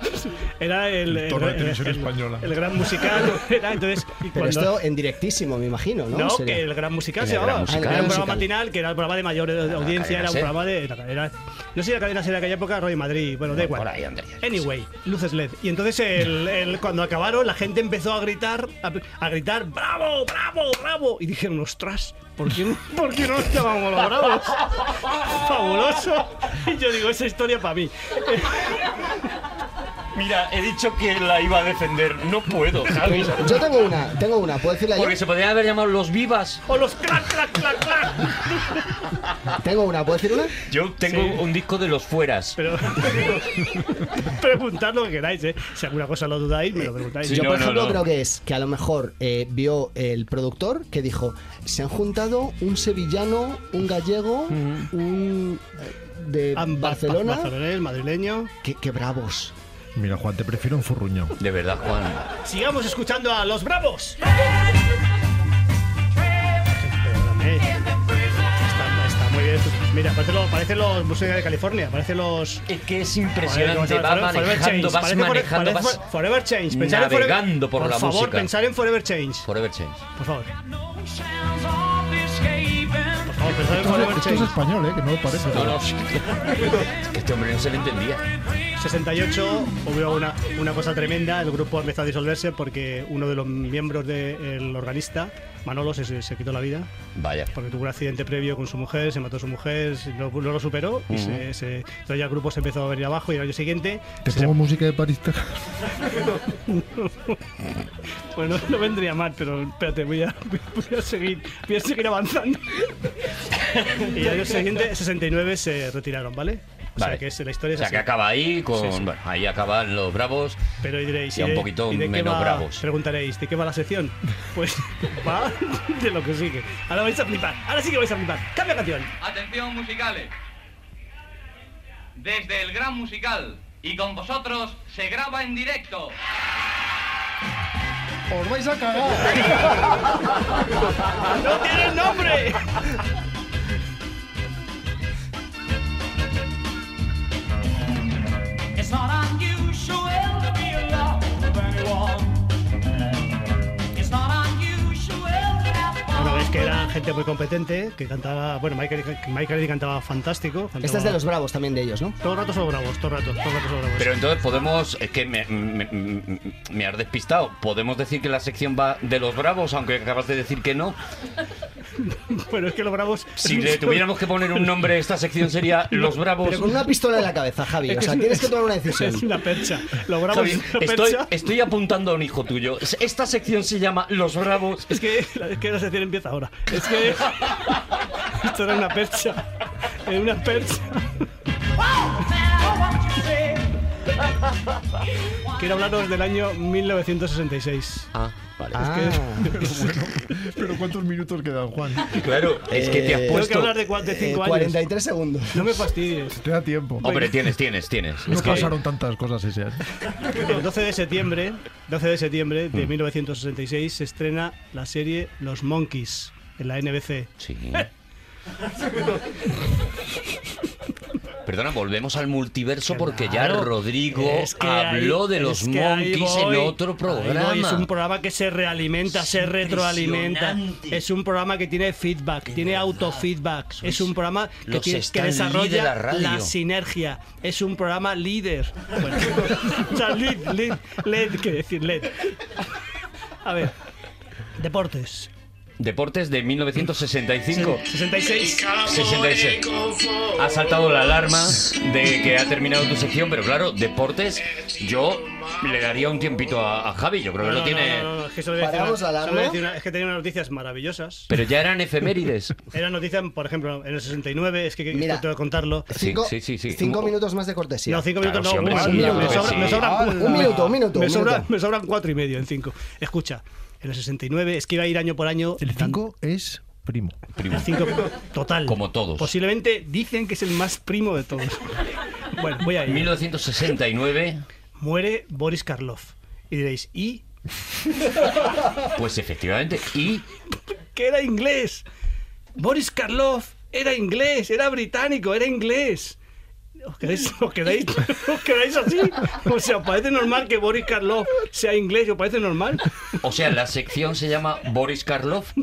S4: era el, el,
S3: Torre de
S4: gran-
S3: televisión
S4: el-
S3: española.
S4: el gran musical. Era, entonces, y
S2: Pero
S4: cuando-
S2: esto en directísimo, me imagino, ¿no?
S4: No,
S2: Sería-
S4: que el gran musical
S1: El
S4: se
S1: Gran
S4: llamaba.
S1: Musical.
S4: Era
S2: El
S4: un
S2: Gran
S4: programa matinal que era el programa de mayor eh, audiencia,
S1: cadena
S4: era un
S1: SER.
S4: programa de. era- no sé si la cadena era de aquella época, Radio Madrid, bueno, da
S1: Bueno,
S4: igual.
S1: por ahí andaría.
S4: Anyway, luces LED. Y entonces el- el- cuando acabaron, la gente empezó a gritar, a, a gritar, ¡bravo, bravo, bravo! Y dijeron, ostras, ¿por qué, no- por qué no nos llamamos los bravos? ¡Fabuloso! Y yo digo, esa historia para mí.
S1: Mira, he dicho que la iba a defender. No puedo, ¿sabes?
S2: Yo tengo una, tengo una, ¿puedo decirla yo?
S1: Porque se podrían haber llamado los vivas.
S4: ¡O los clac, clac, clac, clac!
S2: Tengo una, ¿puedo decir una?
S1: Yo tengo
S4: Sí.
S1: un disco de los fueras.
S4: Pero preguntad lo que queráis, ¿eh? Si alguna cosa lo dudáis, me lo preguntáis.
S1: Sí,
S2: Yo,
S1: no,
S2: por
S1: no,
S2: ejemplo,
S1: no.
S2: creo que es que a lo mejor eh, vio el productor que dijo: Se han juntado un sevillano, un gallego, un. eh, de
S4: Ambas-
S2: Barcelona.
S4: barcelonés, madrileño.
S2: Qué, qué bravos.
S3: Mira, Juan, te prefiero un furruñón.
S1: De verdad, Juan.
S4: Sigamos escuchando a Los Bravos. eh. Está, está muy bien. Mira, parece, lo- parece los música de California, parece los.
S1: Es que es
S4: Joder, ¿cómo
S1: impresionante.
S4: se
S1: Va
S4: llama? Forever- Forever
S1: manejando,
S4: Change.
S1: vas
S4: Parece Fore-
S1: manejando, vas
S4: parece Fore- Forever Change. Pensar en Forever-
S1: navegando por la
S4: Por favor,
S1: música.
S4: pensar en Forever Change.
S1: Forever Change.
S4: Por favor.
S5: No sounds of escaping.
S4: Por favor, pensar en
S3: Esto,
S4: Forever
S3: esto es
S4: Change.
S3: español, ¿eh? Que no lo parece.
S1: No, no. Es que este hombre no se le entendía.
S4: 68 hubo una, una cosa tremenda. El grupo empezó a disolverse porque uno de los miembros del organista, Manolo, se- se- se quitó la vida.
S1: Vaya.
S4: porque tuvo un accidente previo con su mujer, se mató a su mujer, se- no, no lo superó y se, se- entonces ya el grupo se empezó a venir abajo y al año siguiente
S3: Te
S4: se-
S3: pongo música de París, Texas.
S4: bueno, no vendría mal, pero espérate, voy a, voy a seguir, voy a seguir avanzando. y al año siguiente, 69 se retiraron, ¿vale? O sea
S1: Vale.
S4: que es, la historia
S1: O
S4: es
S1: sea,
S4: así.
S1: que acaba ahí con...
S4: Sí, sí.
S1: Bueno, ahí acaban los bravos.
S4: Pero y diréis,
S1: Ya
S4: ¿y
S1: un
S4: de-
S1: poquito
S4: y de qué
S1: menos
S4: va?
S1: bravos.
S4: Preguntaréis, ¿de qué va la sección? Pues va de lo que sigue. Ahora vais a flipar, ahora sí que vais a flipar. Cambia canción.
S6: Atención musicales. Desde el Gran Musical y con vosotros se graba en directo.
S3: Os vais a cagar.
S4: ¡No tiene nombre!
S5: It's not unusual to be in love with anyone. It's not unusual to have fun.
S4: Bueno, ves que era gente muy competente, que cantaba, bueno, Michael, Michael Lee cantaba fantástico. cantaba-
S2: Esta Este es de los bravos también de ellos, ¿no?
S4: Todo el rato son bravos, todo el rato, todo el rato son bravos.
S1: Pero entonces podemos... Es que me, me, me- me has despistado. ¿Podemos decir que la sección va de los bravos, aunque acabas de decir que no?
S4: Bueno, es que los bravos...
S1: Si le tuviéramos que poner un nombre a esta sección sería Los Bravos.
S2: Pero con una pistola en la cabeza, Javi. O sea, tienes que tomar una decisión.
S4: Es una percha. Los bravos
S1: Javi,
S4: es una
S1: estoy,
S4: percha.
S1: estoy apuntando a un hijo tuyo. Esta sección se llama Los Bravos.
S4: Es que, es que la sección empieza ahora. Es que... Esto era una percha. Era una percha. Quiero hablaros del año 1966.
S1: Ah, vale.
S2: Ah,
S3: Pero ¿cuántos minutos quedan, Juan?
S1: Claro, es que te has
S4: Tengo que
S1: puesto.
S4: hablar de 5
S2: eh,
S4: años.
S2: 43 segundos.
S4: No me fastidies.
S3: Te da tiempo.
S1: Hombre, tienes, tienes, tienes.
S3: no
S1: Es que-
S3: pasaron tantas cosas ese año.
S4: El 12 de septiembre, 12 de septiembre
S1: Mm.
S4: de 1966 se estrena la serie Los Monkeys en la NBC.
S1: Sí. Perdona, volvemos al multiverso porque ya
S4: Claro,
S1: Rodrigo
S4: es que ahí-
S1: habló de los
S4: es que ahí
S1: monkeys
S4: voy,
S1: en otro
S4: ahí voy,
S1: programa.
S4: Es un programa que se realimenta,
S1: Es
S4: se retroalimenta.
S1: impresionante.
S4: Es un programa que tiene feedback, tiene
S1: verdad.
S4: autofeedback.
S1: Sois
S4: Es un programa que,
S1: los
S4: tiene- que
S1: Stan Lee de
S4: desarrolla
S1: la radio.
S4: sinergia. Es un programa líder. Bueno, o sea, lead, lead, lead, que decir lead. A ver, deportes.
S1: Deportes de 1965.
S4: 66.
S1: 66. Ha saltado la alarma de que ha terminado tu sección, pero claro, deportes, yo le daría un tiempito a, a Javi, yo creo que lo
S4: No, no,
S1: tiene...
S4: no, no, no, es que solo voy a decir
S2: Paramos
S4: una-
S2: la
S4: solo voy a
S2: alarma.
S4: decir una- es que tenía unas noticias maravillosas.
S1: Pero ya eran efemérides.
S4: Eran noticias, por ejemplo, en el 69, es que que-
S2: Mira.
S4: esto tengo que contarlo.
S1: Sí,
S2: Cinco,
S1: sí, sí, sí.
S2: cinco
S1: Un-
S2: minutos más de cortesía.
S4: No, cinco
S1: Claro,
S4: minutos
S1: sí,
S4: no.
S1: hombre,
S4: me-
S1: sí,
S4: me-
S1: hombre,
S4: me, sobra-
S1: sí.
S4: me sobran
S2: Ah,
S4: cu-
S2: un minuto, un minuto,
S4: Me,
S2: un
S4: sobra-
S2: minuto.
S4: me sobran cuatro y medio en cinco. Escucha, en el 69 es que iba a ir año por año.
S3: El
S4: tan-
S3: 5 es primo.
S1: primo.
S4: el cinco total.
S1: Como todos.
S4: Posiblemente dicen que es el más primo de todos. bueno, voy a ir.
S1: 1969,
S4: Muere Boris Karloff. Y diréis, ¿y
S1: pues efectivamente, y
S4: que era inglés. Boris Karloff era inglés, era británico, era inglés. ¿Os quedáis, os quedáis, os quedáis así? O sea, ¿parece normal que Boris Karloff sea inglés? ¿Os parece normal?
S1: O sea, la sección se llama Boris Karloff.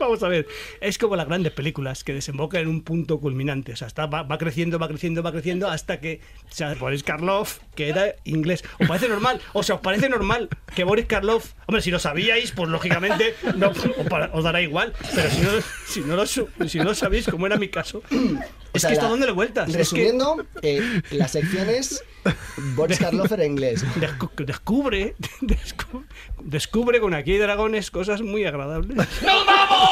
S4: Vamos a ver, es como las grandes películas que desembocan en un punto culminante. O sea, está, va, va creciendo, va creciendo, va creciendo hasta que o sea, Boris Karloff, que era inglés. ¿Os parece normal? O sea, ¿os parece normal que Boris Karloff. Hombre, si lo sabíais, pues lógicamente no, os, para- os dará igual. Pero si no, si, no lo, su- si no lo sabéis, como era mi caso, es que está dándole vueltas. es que-
S2: Resumiendo, eh, la sección es Boris Karloff era inglés.
S4: Descu- descubre, descu- descubre con aquí hay dragones cosas muy agradables.
S5: ¡Nos vamos!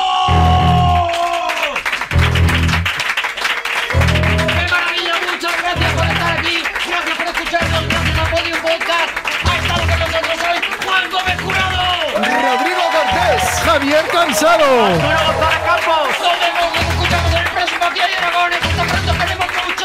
S5: ¡Qué maravilla! Muchas gracias por estar aquí. Gracias por escucharnos. Gracias a Podium Podcast. Ha estado con nosotros hoy Juan Gómez Jurado.
S9: Rodrigo Cortés, Javier Cansado.
S5: para Campos. Nos vemos, nos escuchamos en el próximo Aquí hay Dragones. Hasta pronto, queremos mucho.